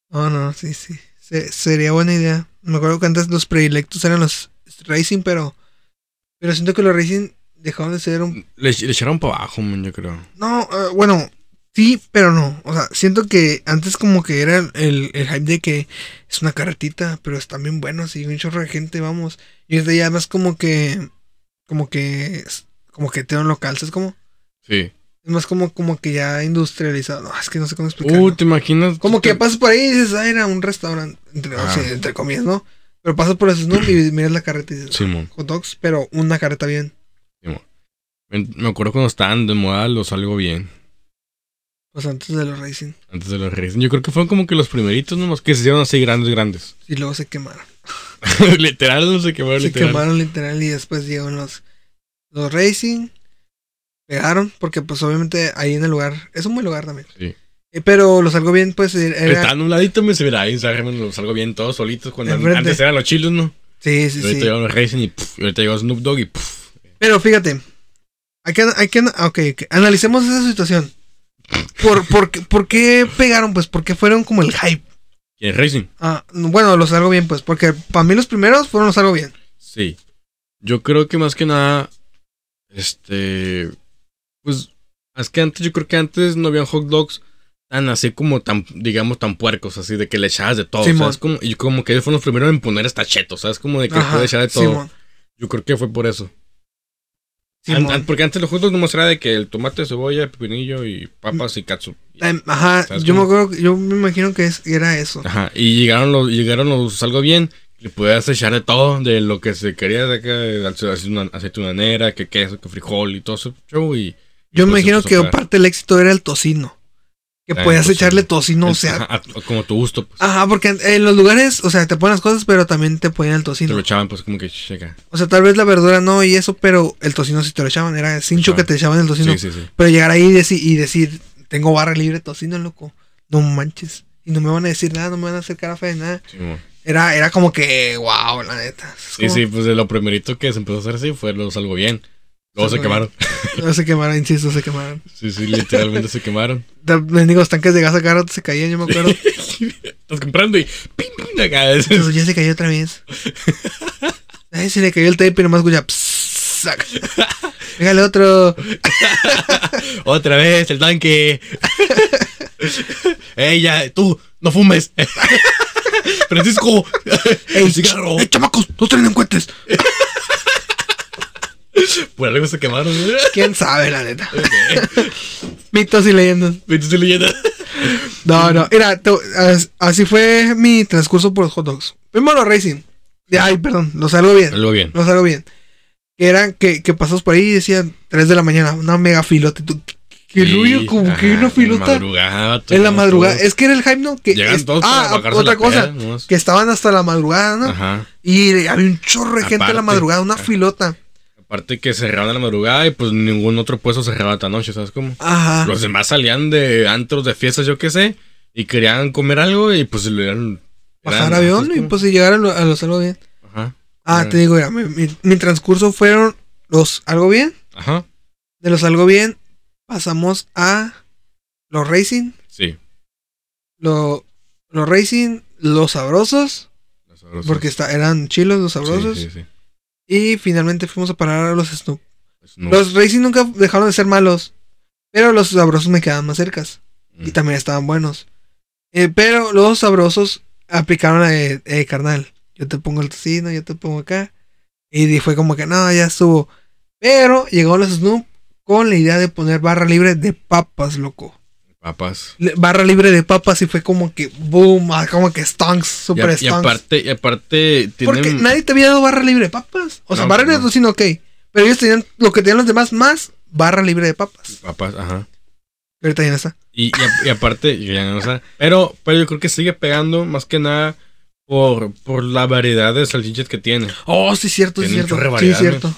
Speaker 1: No, no, sí, sí. Se- sería buena idea. Me acuerdo que antes los predilectos eran los Racing, pero. Pero siento que los Racing dejaron de ser un.
Speaker 2: Le, le echaron para abajo, man, yo creo.
Speaker 1: No, eh, bueno, sí, pero no. O sea, siento que antes como que era el, el hype de que es una carretita, pero están bien buenos y un chorro de gente, vamos. Y desde ya más como que. Como que. Como que te dan local, es como.
Speaker 2: Sí.
Speaker 1: Es más como, como que ya industrializado. No, es que no sé cómo explicarlo.
Speaker 2: Uh, ¿te imaginas?
Speaker 1: Como que
Speaker 2: Te-
Speaker 1: pasas por ahí y dices, ah, era un restaurante, entre, o
Speaker 2: Ah.
Speaker 1: sea, entre comillas, ¿no? Pero pasas por el Snoop y miras la carreta y dices,
Speaker 2: Simón.
Speaker 1: hot dogs, pero una carreta bien.
Speaker 2: Men, Me acuerdo cuando estaban de moda los algo bien.
Speaker 1: Pues antes de los Racing.
Speaker 2: Antes de los Reyes. Yo creo que fueron como que los primeritos nomás que se hicieron así grandes, grandes.
Speaker 1: Y luego se quemaron.
Speaker 2: literal, no sé qué fue,
Speaker 1: Se
Speaker 2: literal.
Speaker 1: quemaron literal y después llegaron los, los Racing. Pegaron, porque pues obviamente ahí en el lugar, es un buen lugar también.
Speaker 2: Sí.
Speaker 1: Eh, pero los algo bien, pues era...
Speaker 2: Están a un ladito, me se verá ahí, ¿sabes? Me los salgo bien todos solitos. Cuando
Speaker 1: Enfrente.
Speaker 2: antes eran los chilos, ¿no?
Speaker 1: Sí,
Speaker 2: Y
Speaker 1: sí,
Speaker 2: ahorita
Speaker 1: sí.
Speaker 2: llegaron los Racing y puf, y ahorita llegó Snoop Dogg y puf.
Speaker 1: Pero fíjate, hay que, hay que, ah, ok, ok, analicemos esa situación. ¿Por, por, qué- ¿Por qué pegaron? Pues porque fueron como el hype.
Speaker 2: ¿Quién es Racing?
Speaker 1: Ah, bueno, los algo bien, pues, porque para mí los primeros fueron los algo bien.
Speaker 2: Sí. Yo creo que más que nada, este. Pues, más que antes, yo creo que antes no habían hot dogs tan así como tan, digamos, tan puercos, así de que le echabas de todo.
Speaker 1: Simón.
Speaker 2: ¿sabes? Como, y como que ellos fueron los primeros en poner hasta chetos, ¿sabes? Como de que
Speaker 1: Ajá,
Speaker 2: puede echar de todo.
Speaker 1: Simón,
Speaker 2: Yo creo que fue por eso. An-
Speaker 1: Simón.
Speaker 2: an- porque antes los hot dogs nomás era de que el tomate, cebolla, pepinillo y papas y katsu.
Speaker 1: Em, Ajá,
Speaker 2: ¿Sabes
Speaker 1: yo me
Speaker 2: cómo?
Speaker 1: acuerdo, que- yo me imagino que es, era eso.
Speaker 2: Ajá, y llegaron los, llegaron los algo bien, le podías echar de todo, de lo que se quería, de acá, de ace- aceituna- aceitunanera, que queso, que frijol y todo eso, show, y...
Speaker 1: Yo me
Speaker 2: pues,
Speaker 1: imagino
Speaker 2: empezó
Speaker 1: que
Speaker 2: a pegar.
Speaker 1: parte del éxito era el tocino. Que
Speaker 2: Ah, el
Speaker 1: podías
Speaker 2: tocino.
Speaker 1: echarle tocino, o
Speaker 2: El-
Speaker 1: sea.
Speaker 2: ajá, a- como tu gusto, pues,
Speaker 1: Ajá, porque en- en los lugares, o sea, te ponen las cosas, pero también te ponían el
Speaker 2: te lo
Speaker 1: tocino.
Speaker 2: echaban, pues, como que checa.
Speaker 1: O sea, tal vez la verdura no y eso, pero el tocino sí te lo echaban. Era cincho que
Speaker 2: echaban.
Speaker 1: te echaban el
Speaker 2: Sí,
Speaker 1: tocino.
Speaker 2: sí, sí.
Speaker 1: Pero llegar ahí y deci- y decir, tengo barra libre de tocino, loco. No manches. Y no me van a decir nada, no me van a hacer cara fea de nada.
Speaker 2: Sí, mo.
Speaker 1: Era, era como que, wow, la neta. Es
Speaker 2: Sí,
Speaker 1: como-
Speaker 2: sí, pues de lo primerito que se empezó a hacer así fue los algo bien. Luego se
Speaker 1: Algo
Speaker 2: quemaron.
Speaker 1: No, se quemaron, insisto, se quemaron.
Speaker 2: Sí, sí, literalmente se quemaron.
Speaker 1: Da- Mendigos tanques de gas acá rato se caían, yo me acuerdo.
Speaker 2: Estás comprando y pim, pim, acá. es-
Speaker 1: Pero ya se cayó otra vez. Ay, se le cayó el tape y nomás escucha. pss, acá. Pégale otro.
Speaker 2: Otra vez, el tanque. Ey, ya, tú, no fumes. Francisco,
Speaker 1: Ey,
Speaker 2: el cigarro.
Speaker 1: ey, chamacos, no traen cuentes.
Speaker 2: Por algo se quemaron.
Speaker 1: ¿Quién sabe, la neta? Mitos y leyendas.
Speaker 2: Viste su leyenda.
Speaker 1: No, no. Mira, te- as- así fue mi transcurso por los hot dogs. Primero Racing. De- Ay, perdón, lo salgo bien.
Speaker 2: Algo bien.
Speaker 1: Lo salgo bien. Que eran que, que pasas por ahí y decían 3 de la mañana, una mega filota. y tú, ¿Qué, qué rollo? Como que una
Speaker 2: En la
Speaker 1: filota
Speaker 2: madrugada.
Speaker 1: en la
Speaker 2: todos,
Speaker 1: madrugada.
Speaker 2: todos.
Speaker 1: Es que era el hype, ¿no? Que
Speaker 2: Llegan
Speaker 1: es-
Speaker 2: todos para
Speaker 1: ah,
Speaker 2: bajarse
Speaker 1: otra
Speaker 2: la
Speaker 1: cosa.
Speaker 2: peda, nomás.
Speaker 1: que estaban hasta la madrugada, ¿no?
Speaker 2: Ajá.
Speaker 1: Y había un chorro de gente a la
Speaker 2: Aparte. Ah.
Speaker 1: madrugada, una
Speaker 2: Ajá.
Speaker 1: filota.
Speaker 2: Aparte que cerraban a la madrugada y pues ningún otro puesto cerraba tan noche, ¿sabes cómo?
Speaker 1: Ajá.
Speaker 2: Los demás salían de antros, de fiestas, yo qué sé, y querían comer algo y pues lo eran.
Speaker 1: Bajar
Speaker 2: eran-
Speaker 1: avión
Speaker 2: ¿sabes
Speaker 1: y
Speaker 2: cómo?
Speaker 1: pues si llegar a lo, a los algo bien.
Speaker 2: Ajá.
Speaker 1: Ah,
Speaker 2: Ah.
Speaker 1: te digo, mira, mi, mi- mi transcurso fueron los algo bien.
Speaker 2: Ajá.
Speaker 1: De los algo bien, pasamos a los racing,
Speaker 2: Sí.
Speaker 1: lo- los racing, los sabrosos,
Speaker 2: los sabrosos.
Speaker 1: porque está, eran chilos los sabrosos.
Speaker 2: Sí, sí, sí.
Speaker 1: Y finalmente fuimos a parar a los Snoop.
Speaker 2: Pues, no.
Speaker 1: Los racing nunca dejaron de ser malos, pero los sabrosos me quedaban más cercas.
Speaker 2: Mm.
Speaker 1: Y también estaban buenos. Eh, pero los sabrosos aplicaron la de, eh, carnal, yo te pongo el tocino, yo te pongo acá. Y di- fue como que, no, ya estuvo. Pero llegó los Snoop con la idea de poner barra libre de papas, loco.
Speaker 2: Papas.
Speaker 1: le- barra libre de papas y fue como que boom, ah, como que stonks,
Speaker 2: Y,
Speaker 1: super
Speaker 2: a- y
Speaker 1: stonks.
Speaker 2: aparte, y aparte tienen.
Speaker 1: Porque nadie te había dado barra libre de papas. O sea,
Speaker 2: No,
Speaker 1: barra libre
Speaker 2: no.
Speaker 1: de tocino, ok. Pero ellos tenían lo que tenían los demás más barra libre de papas.
Speaker 2: Papas, ajá.
Speaker 1: Y ahorita ya no está.
Speaker 2: Y, y a- y aparte, ya no sé. Pero, pero yo creo que sigue pegando más que nada por, por la variedad de salchichas que tiene.
Speaker 1: Oh, sí, cierto, sí,
Speaker 2: Tiene un
Speaker 1: cierto.
Speaker 2: chorro de
Speaker 1: Sí,
Speaker 2: variedad,
Speaker 1: cierto.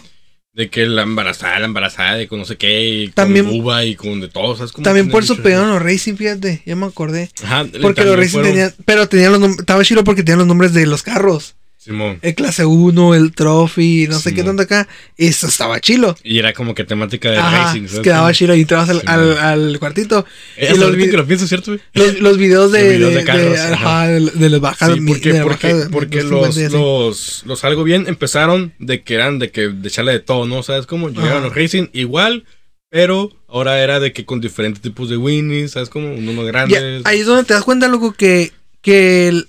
Speaker 2: De que la embarazada, la embarazada, de con no sé qué, y con
Speaker 1: También-
Speaker 2: uva y con de todo, ¿sabes? Como
Speaker 1: También
Speaker 2: tiene
Speaker 1: por eso
Speaker 2: mucho-
Speaker 1: pegaron los Racing, fíjate, ya me acordé.
Speaker 2: Ajá,
Speaker 1: Porque los
Speaker 2: también
Speaker 1: Racing
Speaker 2: fueron-
Speaker 1: tenían, pero tenían los nombres, estaba chido porque tenían los nombres de los carros.
Speaker 2: Simón.
Speaker 1: El clase 1, el trophy, no sé qué
Speaker 2: Simón.
Speaker 1: tanto acá. Eso estaba chilo.
Speaker 2: Y era como que temática de
Speaker 1: Ajá,
Speaker 2: racing, ¿sabes?
Speaker 1: quedaba
Speaker 2: Como-
Speaker 1: chido y entrabas al,
Speaker 2: Simón.
Speaker 1: al, al cuartito.
Speaker 2: Eh,
Speaker 1: y
Speaker 2: hasta
Speaker 1: los
Speaker 2: ahorita
Speaker 1: vi-
Speaker 2: que lo pienso, ¿cierto, güey?
Speaker 1: Los, los videos de,
Speaker 2: Los videos
Speaker 1: de,
Speaker 2: de carros,
Speaker 1: de-
Speaker 2: ajá.
Speaker 1: ajá, de, de los bajados.
Speaker 2: Sí,
Speaker 1: mi-
Speaker 2: porque,
Speaker 1: de la
Speaker 2: porque,
Speaker 1: bajada,
Speaker 2: porque
Speaker 1: los
Speaker 2: los,
Speaker 1: 50 y así.
Speaker 2: los, los algo bien empezaron de que eran de que de echarle de todo, ¿no? ¿Sabes cómo? Llegaron
Speaker 1: Ajá.
Speaker 2: los racing igual, pero ahora era de que con diferentes tipos de winnies, ¿sabes cómo? Uno más
Speaker 1: Ya,
Speaker 2: grande.
Speaker 1: ahí es donde te das cuenta, loco, que, que, el-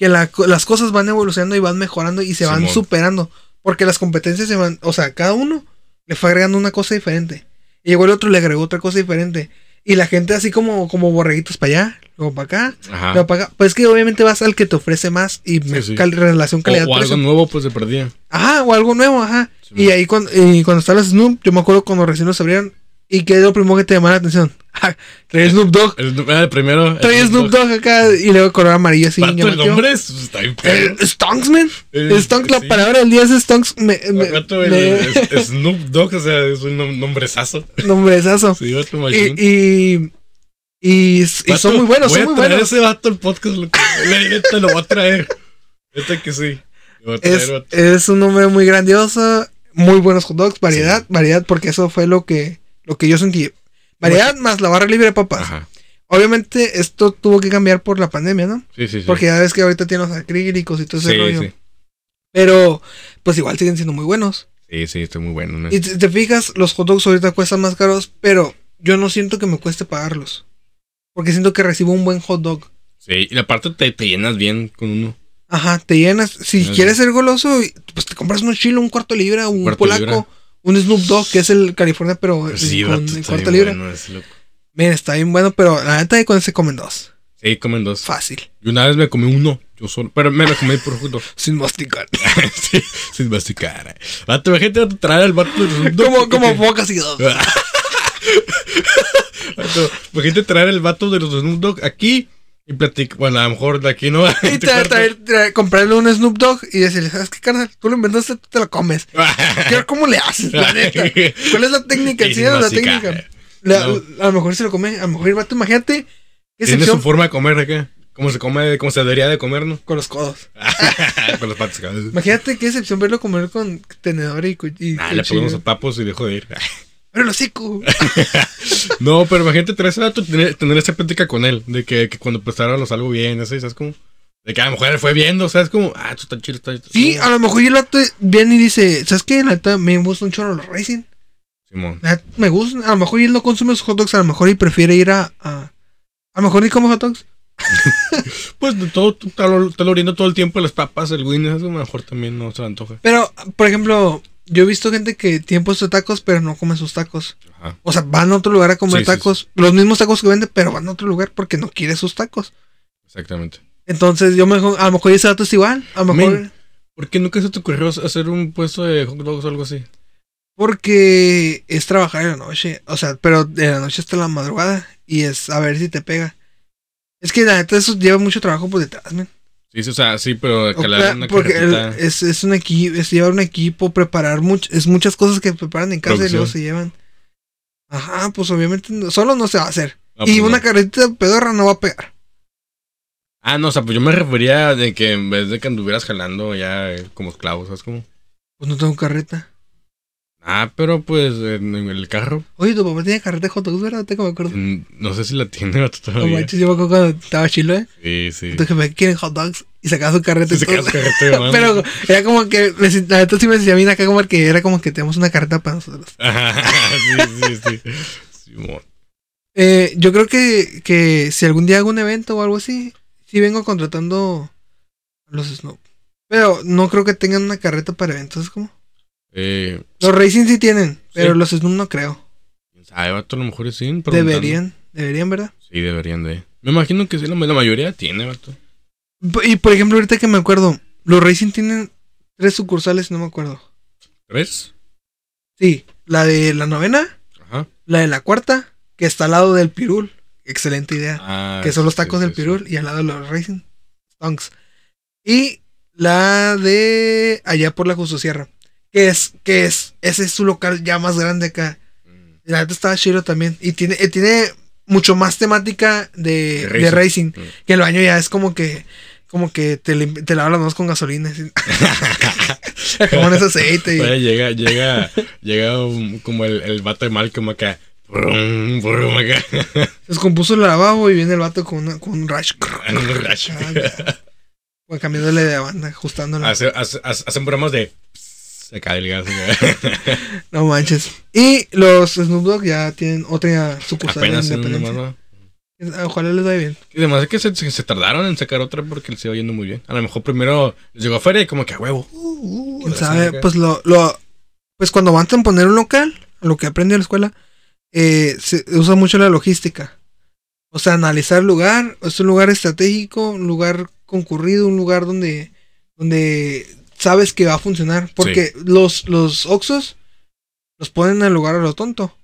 Speaker 1: que la co- las cosas van evolucionando y van mejorando y se van
Speaker 2: Simón.
Speaker 1: superando. Porque las competencias se van, o sea, cada uno le fue agregando una cosa diferente. Y llegó el otro y le agregó otra cosa diferente. Y la gente así como, como borreguitos para allá, luego para acá,
Speaker 2: Ajá.
Speaker 1: luego para acá. Pues es que obviamente vas al que te ofrece más y me-
Speaker 2: Ah. sí.
Speaker 1: cal- relación calidad
Speaker 2: o, o algo nuevo, pues se perdía.
Speaker 1: Ajá, o algo nuevo, ajá.
Speaker 2: Sí,
Speaker 1: y
Speaker 2: man.
Speaker 1: ahí cuando, y cuando estaba los Snoop, yo me acuerdo cuando recién los abrieron. ¿Y qué es lo primero que te llamaba la atención? Ja, Trae Snoop Dogg.
Speaker 2: El, era el primero. el
Speaker 1: Trae Snoop Dogg acá y luego color amarillo así.
Speaker 2: Vato, el
Speaker 1: llamativo.
Speaker 2: nombre es- está bien perro.
Speaker 1: El Stonks, man.
Speaker 2: El-
Speaker 1: El Stonks, la
Speaker 2: sí.
Speaker 1: palabra del día es Stonks. Me, me,
Speaker 2: Vato, el-
Speaker 1: Eh, me-
Speaker 2: es- Snoop Dogg, o sea, es un nom- nombrezazo.
Speaker 1: nombrezazo.
Speaker 2: Sí, vato,
Speaker 1: y,
Speaker 2: machín.
Speaker 1: y, y, y son
Speaker 2: Vato,
Speaker 1: muy buenos,
Speaker 2: voy
Speaker 1: son
Speaker 2: a
Speaker 1: muy
Speaker 2: traer
Speaker 1: buenos.
Speaker 2: ese vato el podcast, loco. La neta este lo voy a traer. Neta que sí. Lo voy a traer,
Speaker 1: Es,
Speaker 2: vato.
Speaker 1: es un nombre muy grandioso. Muy buenos hot dogs. Variedad, variedad, porque eso fue lo que, lo que yo sentí. Variedad más la barra libre de papas.
Speaker 2: Ajá.
Speaker 1: Obviamente esto tuvo que cambiar por la pandemia, ¿no?
Speaker 2: Sí, sí, sí.
Speaker 1: Porque ya ves que ahorita tienen los acrílicos y todo ese
Speaker 2: Sí,
Speaker 1: rollo.
Speaker 2: sí.
Speaker 1: Pero pues igual siguen siendo muy buenos.
Speaker 2: Sí, sí, está muy bueno. ¿no?
Speaker 1: Y si te fijas, los hot dogs ahorita cuestan más caros, pero yo no siento que me cueste pagarlos. Porque siento que recibo un buen hot dog.
Speaker 2: Sí, y aparte te, te llenas bien con uno.
Speaker 1: Ajá, te llenas. Si
Speaker 2: Ya
Speaker 1: quieres ser goloso, pues te compras unos chilo, un cuarto de libra, un
Speaker 2: Cuarto de
Speaker 1: polaco,
Speaker 2: libra. Pues
Speaker 1: un Snoop Dogg, que es el California, pero eh,
Speaker 2: Sí,
Speaker 1: con
Speaker 2: vato,
Speaker 1: el
Speaker 2: está
Speaker 1: cuarto de
Speaker 2: bien
Speaker 1: libra.
Speaker 2: bueno ese, loco.
Speaker 1: Miren, está bien bueno, pero la neta de cuando se comen dos.
Speaker 2: Sí, comen dos.
Speaker 1: Fácil,
Speaker 2: Yo una vez me comí uno, yo solo. Pero me lo comí por junto.
Speaker 1: sin masticar.
Speaker 2: sí, sin masticar. eh. Vato, gente a traer al vato de Snoop Dogg.
Speaker 1: como, como pocas y dos.
Speaker 2: Vato, Imagínate traer el vato de los Snoop Dogg aquí y platicar. Bueno, a lo mejor de aquí no.
Speaker 1: Y te, traer, traer- comprarle un Snoop Dogg y decirle, ¿sabes qué, carnal? Tú lo inventaste, tú te lo comes.
Speaker 2: Ah,
Speaker 1: Quiero ver ¿Cómo le haces, la neta? ¿Cuál es la técnica?
Speaker 2: Y sin
Speaker 1: Enséñanos la
Speaker 2: masticar.
Speaker 1: técnica. La-
Speaker 2: No.
Speaker 1: la- A lo mejor se lo come, a lo mejor el vato, imagínate, ¿qué
Speaker 2: Tiene
Speaker 1: sección?
Speaker 2: su forma de comer acá. Como se come, como se debería de comer, ¿no?
Speaker 1: Con los codos.
Speaker 2: Con los patos. cabrón.
Speaker 1: Imagínate qué excepción verlo comer con tenedor y, cu- y
Speaker 2: Ah, le
Speaker 1: cuchillo.
Speaker 2: ponemos a papos y dejó de ir.
Speaker 1: Pero lo seco.
Speaker 2: No, pero imagínate traer ese dato, tener, tener esa plática con él, de que, que cuando empezaron los algo bien, así, ¿sabes cómo? De que a lo mejor él fue viendo, ¿sabes cómo? Ah, esto está chido, está chido.
Speaker 1: Sí, ah. a lo mejor el vato viene y dice, ¿sabes qué? La neta, me gusta un chorro los Racing.
Speaker 2: Simón.
Speaker 1: La neta, Me gusta, a lo mejor él no consume sus hot dogs, a lo mejor y prefiere ir a, a, a A lo mejor ni como hot dogs.
Speaker 2: Pues de todo, tú te lo, te lo brindo todo el tiempo las papas, el Winnie, eso a lo mejor también no se le antoja.
Speaker 1: Pero, por ejemplo, yo he visto gente que tiene puesto de tacos, pero no come sus tacos.
Speaker 2: Ajá.
Speaker 1: O sea, van a otro lugar a comer
Speaker 2: Sí, sí,
Speaker 1: tacos. Los mismos tacos que vende, pero van a otro lugar porque no quiere sus tacos.
Speaker 2: Exactamente.
Speaker 1: Entonces, yo mejor, a lo mejor ese dato es igual. A lo mejor.
Speaker 2: Men. ¿Por qué nunca se te ocurrió hacer un puesto de hot dogs o algo así?
Speaker 1: Porque es trabajar en la noche. O sea, pero de la noche hasta la madrugada. Y es a ver si te pega. Es que la neta, eso lleva mucho trabajo por detrás, men.
Speaker 2: Sí, sí, o sea, sí, pero
Speaker 1: O
Speaker 2: calar
Speaker 1: sea,
Speaker 2: una
Speaker 1: porque el-
Speaker 2: carretita.
Speaker 1: es, es un equipo, es llevar un equipo, preparar mucho, es muchas cosas que preparan en casa y luego
Speaker 2: Producción.
Speaker 1: se llevan. Ajá, pues obviamente no- solo no se va a hacer.
Speaker 2: No,
Speaker 1: y
Speaker 2: pues,
Speaker 1: una
Speaker 2: no.
Speaker 1: carretita pedorra no va a pegar.
Speaker 2: Ah, no, o sea, pues yo me refería de que en vez de que anduvieras jalando ya eh, como esclavo, ¿sabes cómo?
Speaker 1: Pues no tengo carreta.
Speaker 2: Ah, pero pues en el carro,
Speaker 1: Oye, tu papá tiene carreta de hot dogs, ¿verdad? Ahorita que me acuerdo.
Speaker 2: mm, no sé si la tiene vato,
Speaker 1: No
Speaker 2: todavía.
Speaker 1: manches, yo me acuerdo cuando estaba chilo, ¿eh?
Speaker 2: Sí, sí.
Speaker 1: Oh, Entonces me quieren hot dogs y sacaba su carreta.
Speaker 2: Sí,
Speaker 1: y
Speaker 2: se
Speaker 1: todo.
Speaker 2: queda su carretera, mamá.
Speaker 1: Pero era como que, me sent- la neta sí me decía a mí acá como que era como que tenemos una carreta para nosotros.
Speaker 2: Ajá, sí, sí, sí. Simón.
Speaker 1: Eh, yo creo que, que si algún día hago un evento o algo así, sí vengo contratando a los Snoop. Pero no creo que tengan una carreta para eventos, es como.
Speaker 2: Eh,
Speaker 1: Los Racing sí tienen, pero
Speaker 2: Sí.
Speaker 1: los Snoop no creo.
Speaker 2: quién sabe, vato, a lo mejor sí. preguntando.
Speaker 1: Deberían, deberían, ¿verdad?
Speaker 2: Sí, deberían de. Me imagino que sí, la, la mayoría tiene, vato.
Speaker 1: P- Y por ejemplo, ahorita que me acuerdo, los Racing tienen tres sucursales, no me acuerdo.
Speaker 2: ¿Tres?
Speaker 1: Sí, la de la novena,
Speaker 2: Ajá.
Speaker 1: la de la cuarta, que está al lado del Pirul. Excelente idea.
Speaker 2: Ah,
Speaker 1: que son los
Speaker 2: sí,
Speaker 1: tacos
Speaker 2: sí,
Speaker 1: del
Speaker 2: sí.
Speaker 1: Pirul y al lado de los Racing Stonks. Y la de allá por la Justo Sierra, que es, que es, ese es su local ya más grande acá.
Speaker 2: Mm.
Speaker 1: La neta estaba chido también. Y tiene, eh, tiene mucho más temática de,
Speaker 2: De
Speaker 1: de
Speaker 2: racing.
Speaker 1: racing.
Speaker 2: Mm.
Speaker 1: Que el baño ya es como que, como que te, lim- te lavas las manos con gasolina. así. Con ese aceite. y-
Speaker 2: Oye, llega, llega, llega un- como el, el vato de Malcolm acá. Brum, brum, acá.
Speaker 1: Descompuso el lavabo y viene el vato con, una- con un rash.
Speaker 2: En un racho.
Speaker 1: Bueno, cambiándole de banda, ajustándolo.
Speaker 2: Hace- hace- hace- hacen bromas de. Se cae el gas. acá.
Speaker 1: No manches. Y los Snoop Dogg ya tienen otra sucursal en
Speaker 2: Apenas en una
Speaker 1: Pues, Independencia.
Speaker 2: mano.
Speaker 1: Ojalá les vaya bien.
Speaker 2: Y además es que se, se- se tardaron en sacar otra porque les iba yendo muy bien. A lo mejor primero les llegó a feria y como que a huevo. Uh, uh,
Speaker 1: ¿Quién
Speaker 2: la
Speaker 1: sabe?
Speaker 2: saca.
Speaker 1: Pues lo, lo- pues cuando van a poner un local, lo que aprendí en la escuela, eh, se usa mucho la logística. O sea, analizar el lugar, es un lugar estratégico, un lugar concurrido, un lugar donde, donde sabes que va a funcionar. Porque los, los Oxos los ponen en lugar a lo tonto,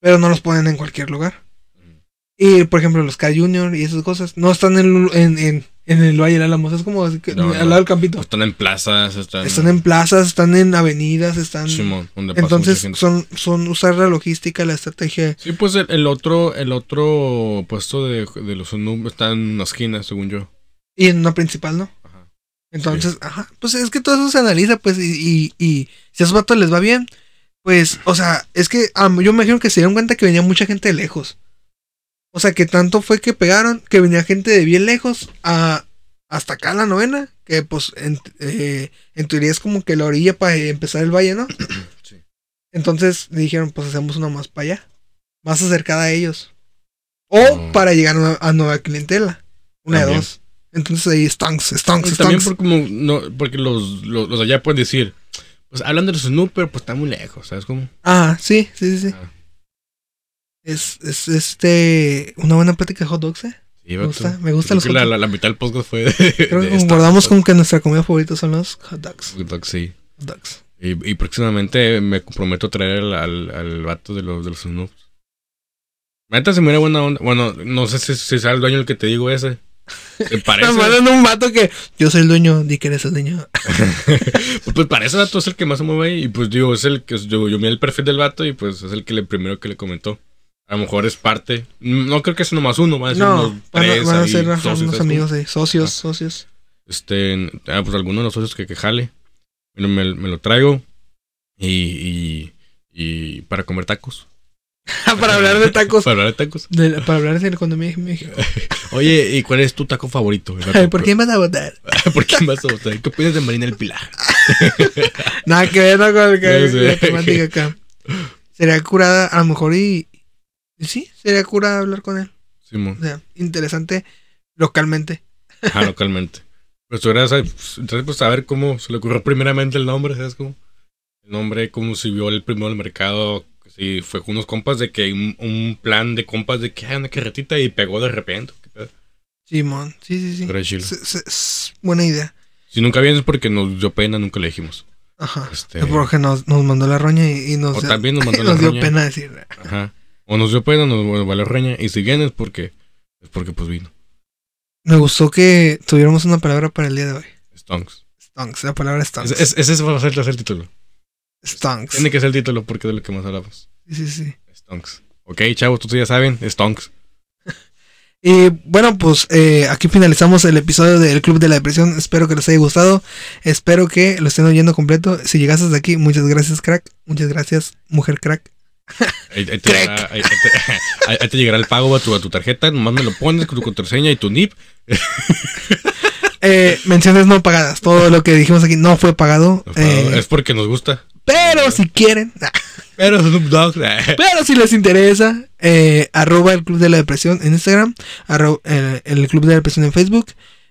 Speaker 1: pero no los ponen en cualquier lugar.
Speaker 2: Mm.
Speaker 1: Y por ejemplo, los K Junior y esas cosas no están en, en, en, en el Valle del Álamo, o sea, es como así que-
Speaker 2: No,
Speaker 1: al
Speaker 2: no.
Speaker 1: lado del campito.
Speaker 2: Pues están en plazas, están,
Speaker 1: Están en plazas, están en avenidas, están.
Speaker 2: Simón, donde pasa mucha
Speaker 1: Entonces
Speaker 2: gente.
Speaker 1: son, son usar la logística, la estrategia.
Speaker 2: Sí, pues el, el otro, el otro puesto de, de los Unum está en una esquina, según yo.
Speaker 1: Y en una principal, ¿no?
Speaker 2: Ajá.
Speaker 1: Entonces, ajá. Pues es que todo eso se analiza, pues, y, y, y si a esos vatos les va bien, pues, o sea, es que ah, yo me imagino que se dieron cuenta que venía mucha gente de lejos. O sea, que tanto fue que pegaron que venía gente de bien lejos a, hasta acá la novena, que pues en, eh, en teoría es como que la orilla para empezar el valle, ¿no?
Speaker 2: Sí.
Speaker 1: Entonces le dijeron, pues hacemos una más para allá, más acercada a ellos. O
Speaker 2: Oh.
Speaker 1: para llegar a, a nueva clientela. Una de
Speaker 2: También.
Speaker 1: dos. Entonces ahí stonks, stonks,
Speaker 2: Y
Speaker 1: stonks.
Speaker 2: También por como, no, porque los, los, los de allá pueden decir, pues hablan de los Unum, pero pues está muy lejos, ¿sabes cómo?
Speaker 1: Ah, sí, sí, sí. sí.
Speaker 2: Ah.
Speaker 1: Es, es este. Una buena plática de hot dogs, ¿eh?
Speaker 2: Sí,
Speaker 1: Me
Speaker 2: vato.
Speaker 1: gusta, me gustan
Speaker 2: Creo
Speaker 1: los
Speaker 2: que la,
Speaker 1: hot dogs.
Speaker 2: la, la mitad del podcast fue de. de
Speaker 1: Creo que
Speaker 2: esta-
Speaker 1: concordamos con que nuestra comida favorita son los hot dogs.
Speaker 2: hot dogs, sí.
Speaker 1: Hot dogs.
Speaker 2: Y, y próximamente me comprometo a traer al, al, al vato de los, de los Snoop. La neta se mira buena onda. Bueno, no sé si, si sea el dueño el que te digo ese. ¿Te parece?
Speaker 1: Nos mandan un vato que yo soy el dueño, di que eres el dueño.
Speaker 2: pues, pues para ese vato es el que más se mueve. Y pues digo, es el que yo, yo miré el perfil del vato y pues es el que le primero que le comentó. A lo mejor es parte. No creo que sea nomás uno, van a ser
Speaker 1: No,
Speaker 2: unos
Speaker 1: van a,
Speaker 2: tres
Speaker 1: van a
Speaker 2: ahí,
Speaker 1: ser ajá,
Speaker 2: socios,
Speaker 1: unos
Speaker 2: ¿sabes cómo? Ah.
Speaker 1: amigos de socios, socios.
Speaker 2: este, ah, pues alguno de los socios que, que jale. Bueno, me, me lo traigo y, y, y para comer tacos.
Speaker 1: Ah, para hablar de tacos.
Speaker 2: Para hablar de tacos.
Speaker 1: de- para hablar de la economía de México.
Speaker 2: Oye, ¿y cuál es tu taco favorito? El
Speaker 1: Ay,
Speaker 2: vato,
Speaker 1: ¿Por quién van a votar?
Speaker 2: ¿Por quién vas a votar? ¿Qué opinas de Marina del Pilar?
Speaker 1: Nada que ver ¿no? con el que-
Speaker 2: Ya sé.
Speaker 1: la temática acá. Sería curada, a lo mejor y. y Sí, sería curada hablar con él.
Speaker 2: Simón.
Speaker 1: O sea, interesante localmente.
Speaker 2: Ajá, Ah, localmente. Pero tú eras, pues, entonces, pues, saber cómo se le ocurrió primeramente el nombre, ¿sabes cómo? El nombre, cómo se vio el primero del mercado. Sí, fue con unos compas de que un, un plan de compas de que hay una carretita y pegó de repente. ¿qué pedo?
Speaker 1: Simón, sí, sí, sí.
Speaker 2: Pero es chilo.
Speaker 1: S- s- s- buena idea.
Speaker 2: Si nunca vienes porque nos dio pena, nunca le dijimos.
Speaker 1: Ajá.
Speaker 2: Este-
Speaker 1: Es Porque nos, nos mandó la roña y, y nos,
Speaker 2: O también nos mandó
Speaker 1: y
Speaker 2: la
Speaker 1: nos dio
Speaker 2: roña.
Speaker 1: pena decir.
Speaker 2: Ajá. O nos dio pena, nos nos valió reña. Y si vienes porque, es porque pues vino.
Speaker 1: Me gustó que tuviéramos una palabra para el día de hoy.
Speaker 2: Stonks.
Speaker 1: Stonks, la palabra stonks.
Speaker 2: Ese, ese- ese va a ser, va a ser el título.
Speaker 1: stonks.
Speaker 2: Tiene que ser el título porque es de lo que más hablamos.
Speaker 1: Sí, sí, sí.
Speaker 2: Stonks. Ok, chavos, ustedes ya saben, Stonks.
Speaker 1: Y bueno, pues eh, aquí finalizamos el episodio del Club de la Depresión. Espero que les haya gustado. Espero que lo estén oyendo completo. Si llegaste hasta aquí, muchas gracias, crack. Muchas gracias, mujer crack.
Speaker 2: Ahí, ahí te, llegará, ahí- ahí te- ahí- ahí te llegará el pago a tu, a tu tarjeta, nomás me lo pones con tu contraseña y tu NIP.
Speaker 1: Eh, menciones no pagadas. Todo lo que dijimos aquí no fue pagado. eh,
Speaker 2: es porque nos gusta.
Speaker 1: pero si quieren,
Speaker 2: Pero Snoop Dogg.
Speaker 1: pero si les interesa, eh, arroba el Club de la Depresión en Instagram, arro- el, el Club de la Depresión en Facebook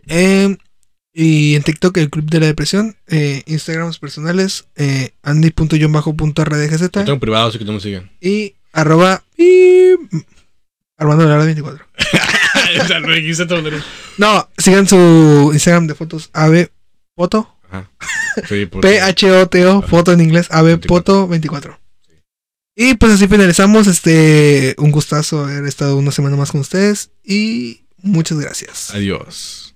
Speaker 1: eh, y en TikTok el Club de la Depresión, eh, Instagrams personales, eh, andy.yo-rdgz.
Speaker 2: Yo tengo privado, así que no me sigan.
Speaker 1: y arroba y Armando Lara 24.
Speaker 2: O sea, me quise atender.
Speaker 1: No, sigan su Instagram de fotos AB Poto,
Speaker 2: Ajá. Sí, por-
Speaker 1: P H O T O foto en inglés AB
Speaker 2: 24.
Speaker 1: Poto 24. Y pues así finalizamos, este un gustazo haber estado una semana más con ustedes y muchas gracias.
Speaker 2: Adiós.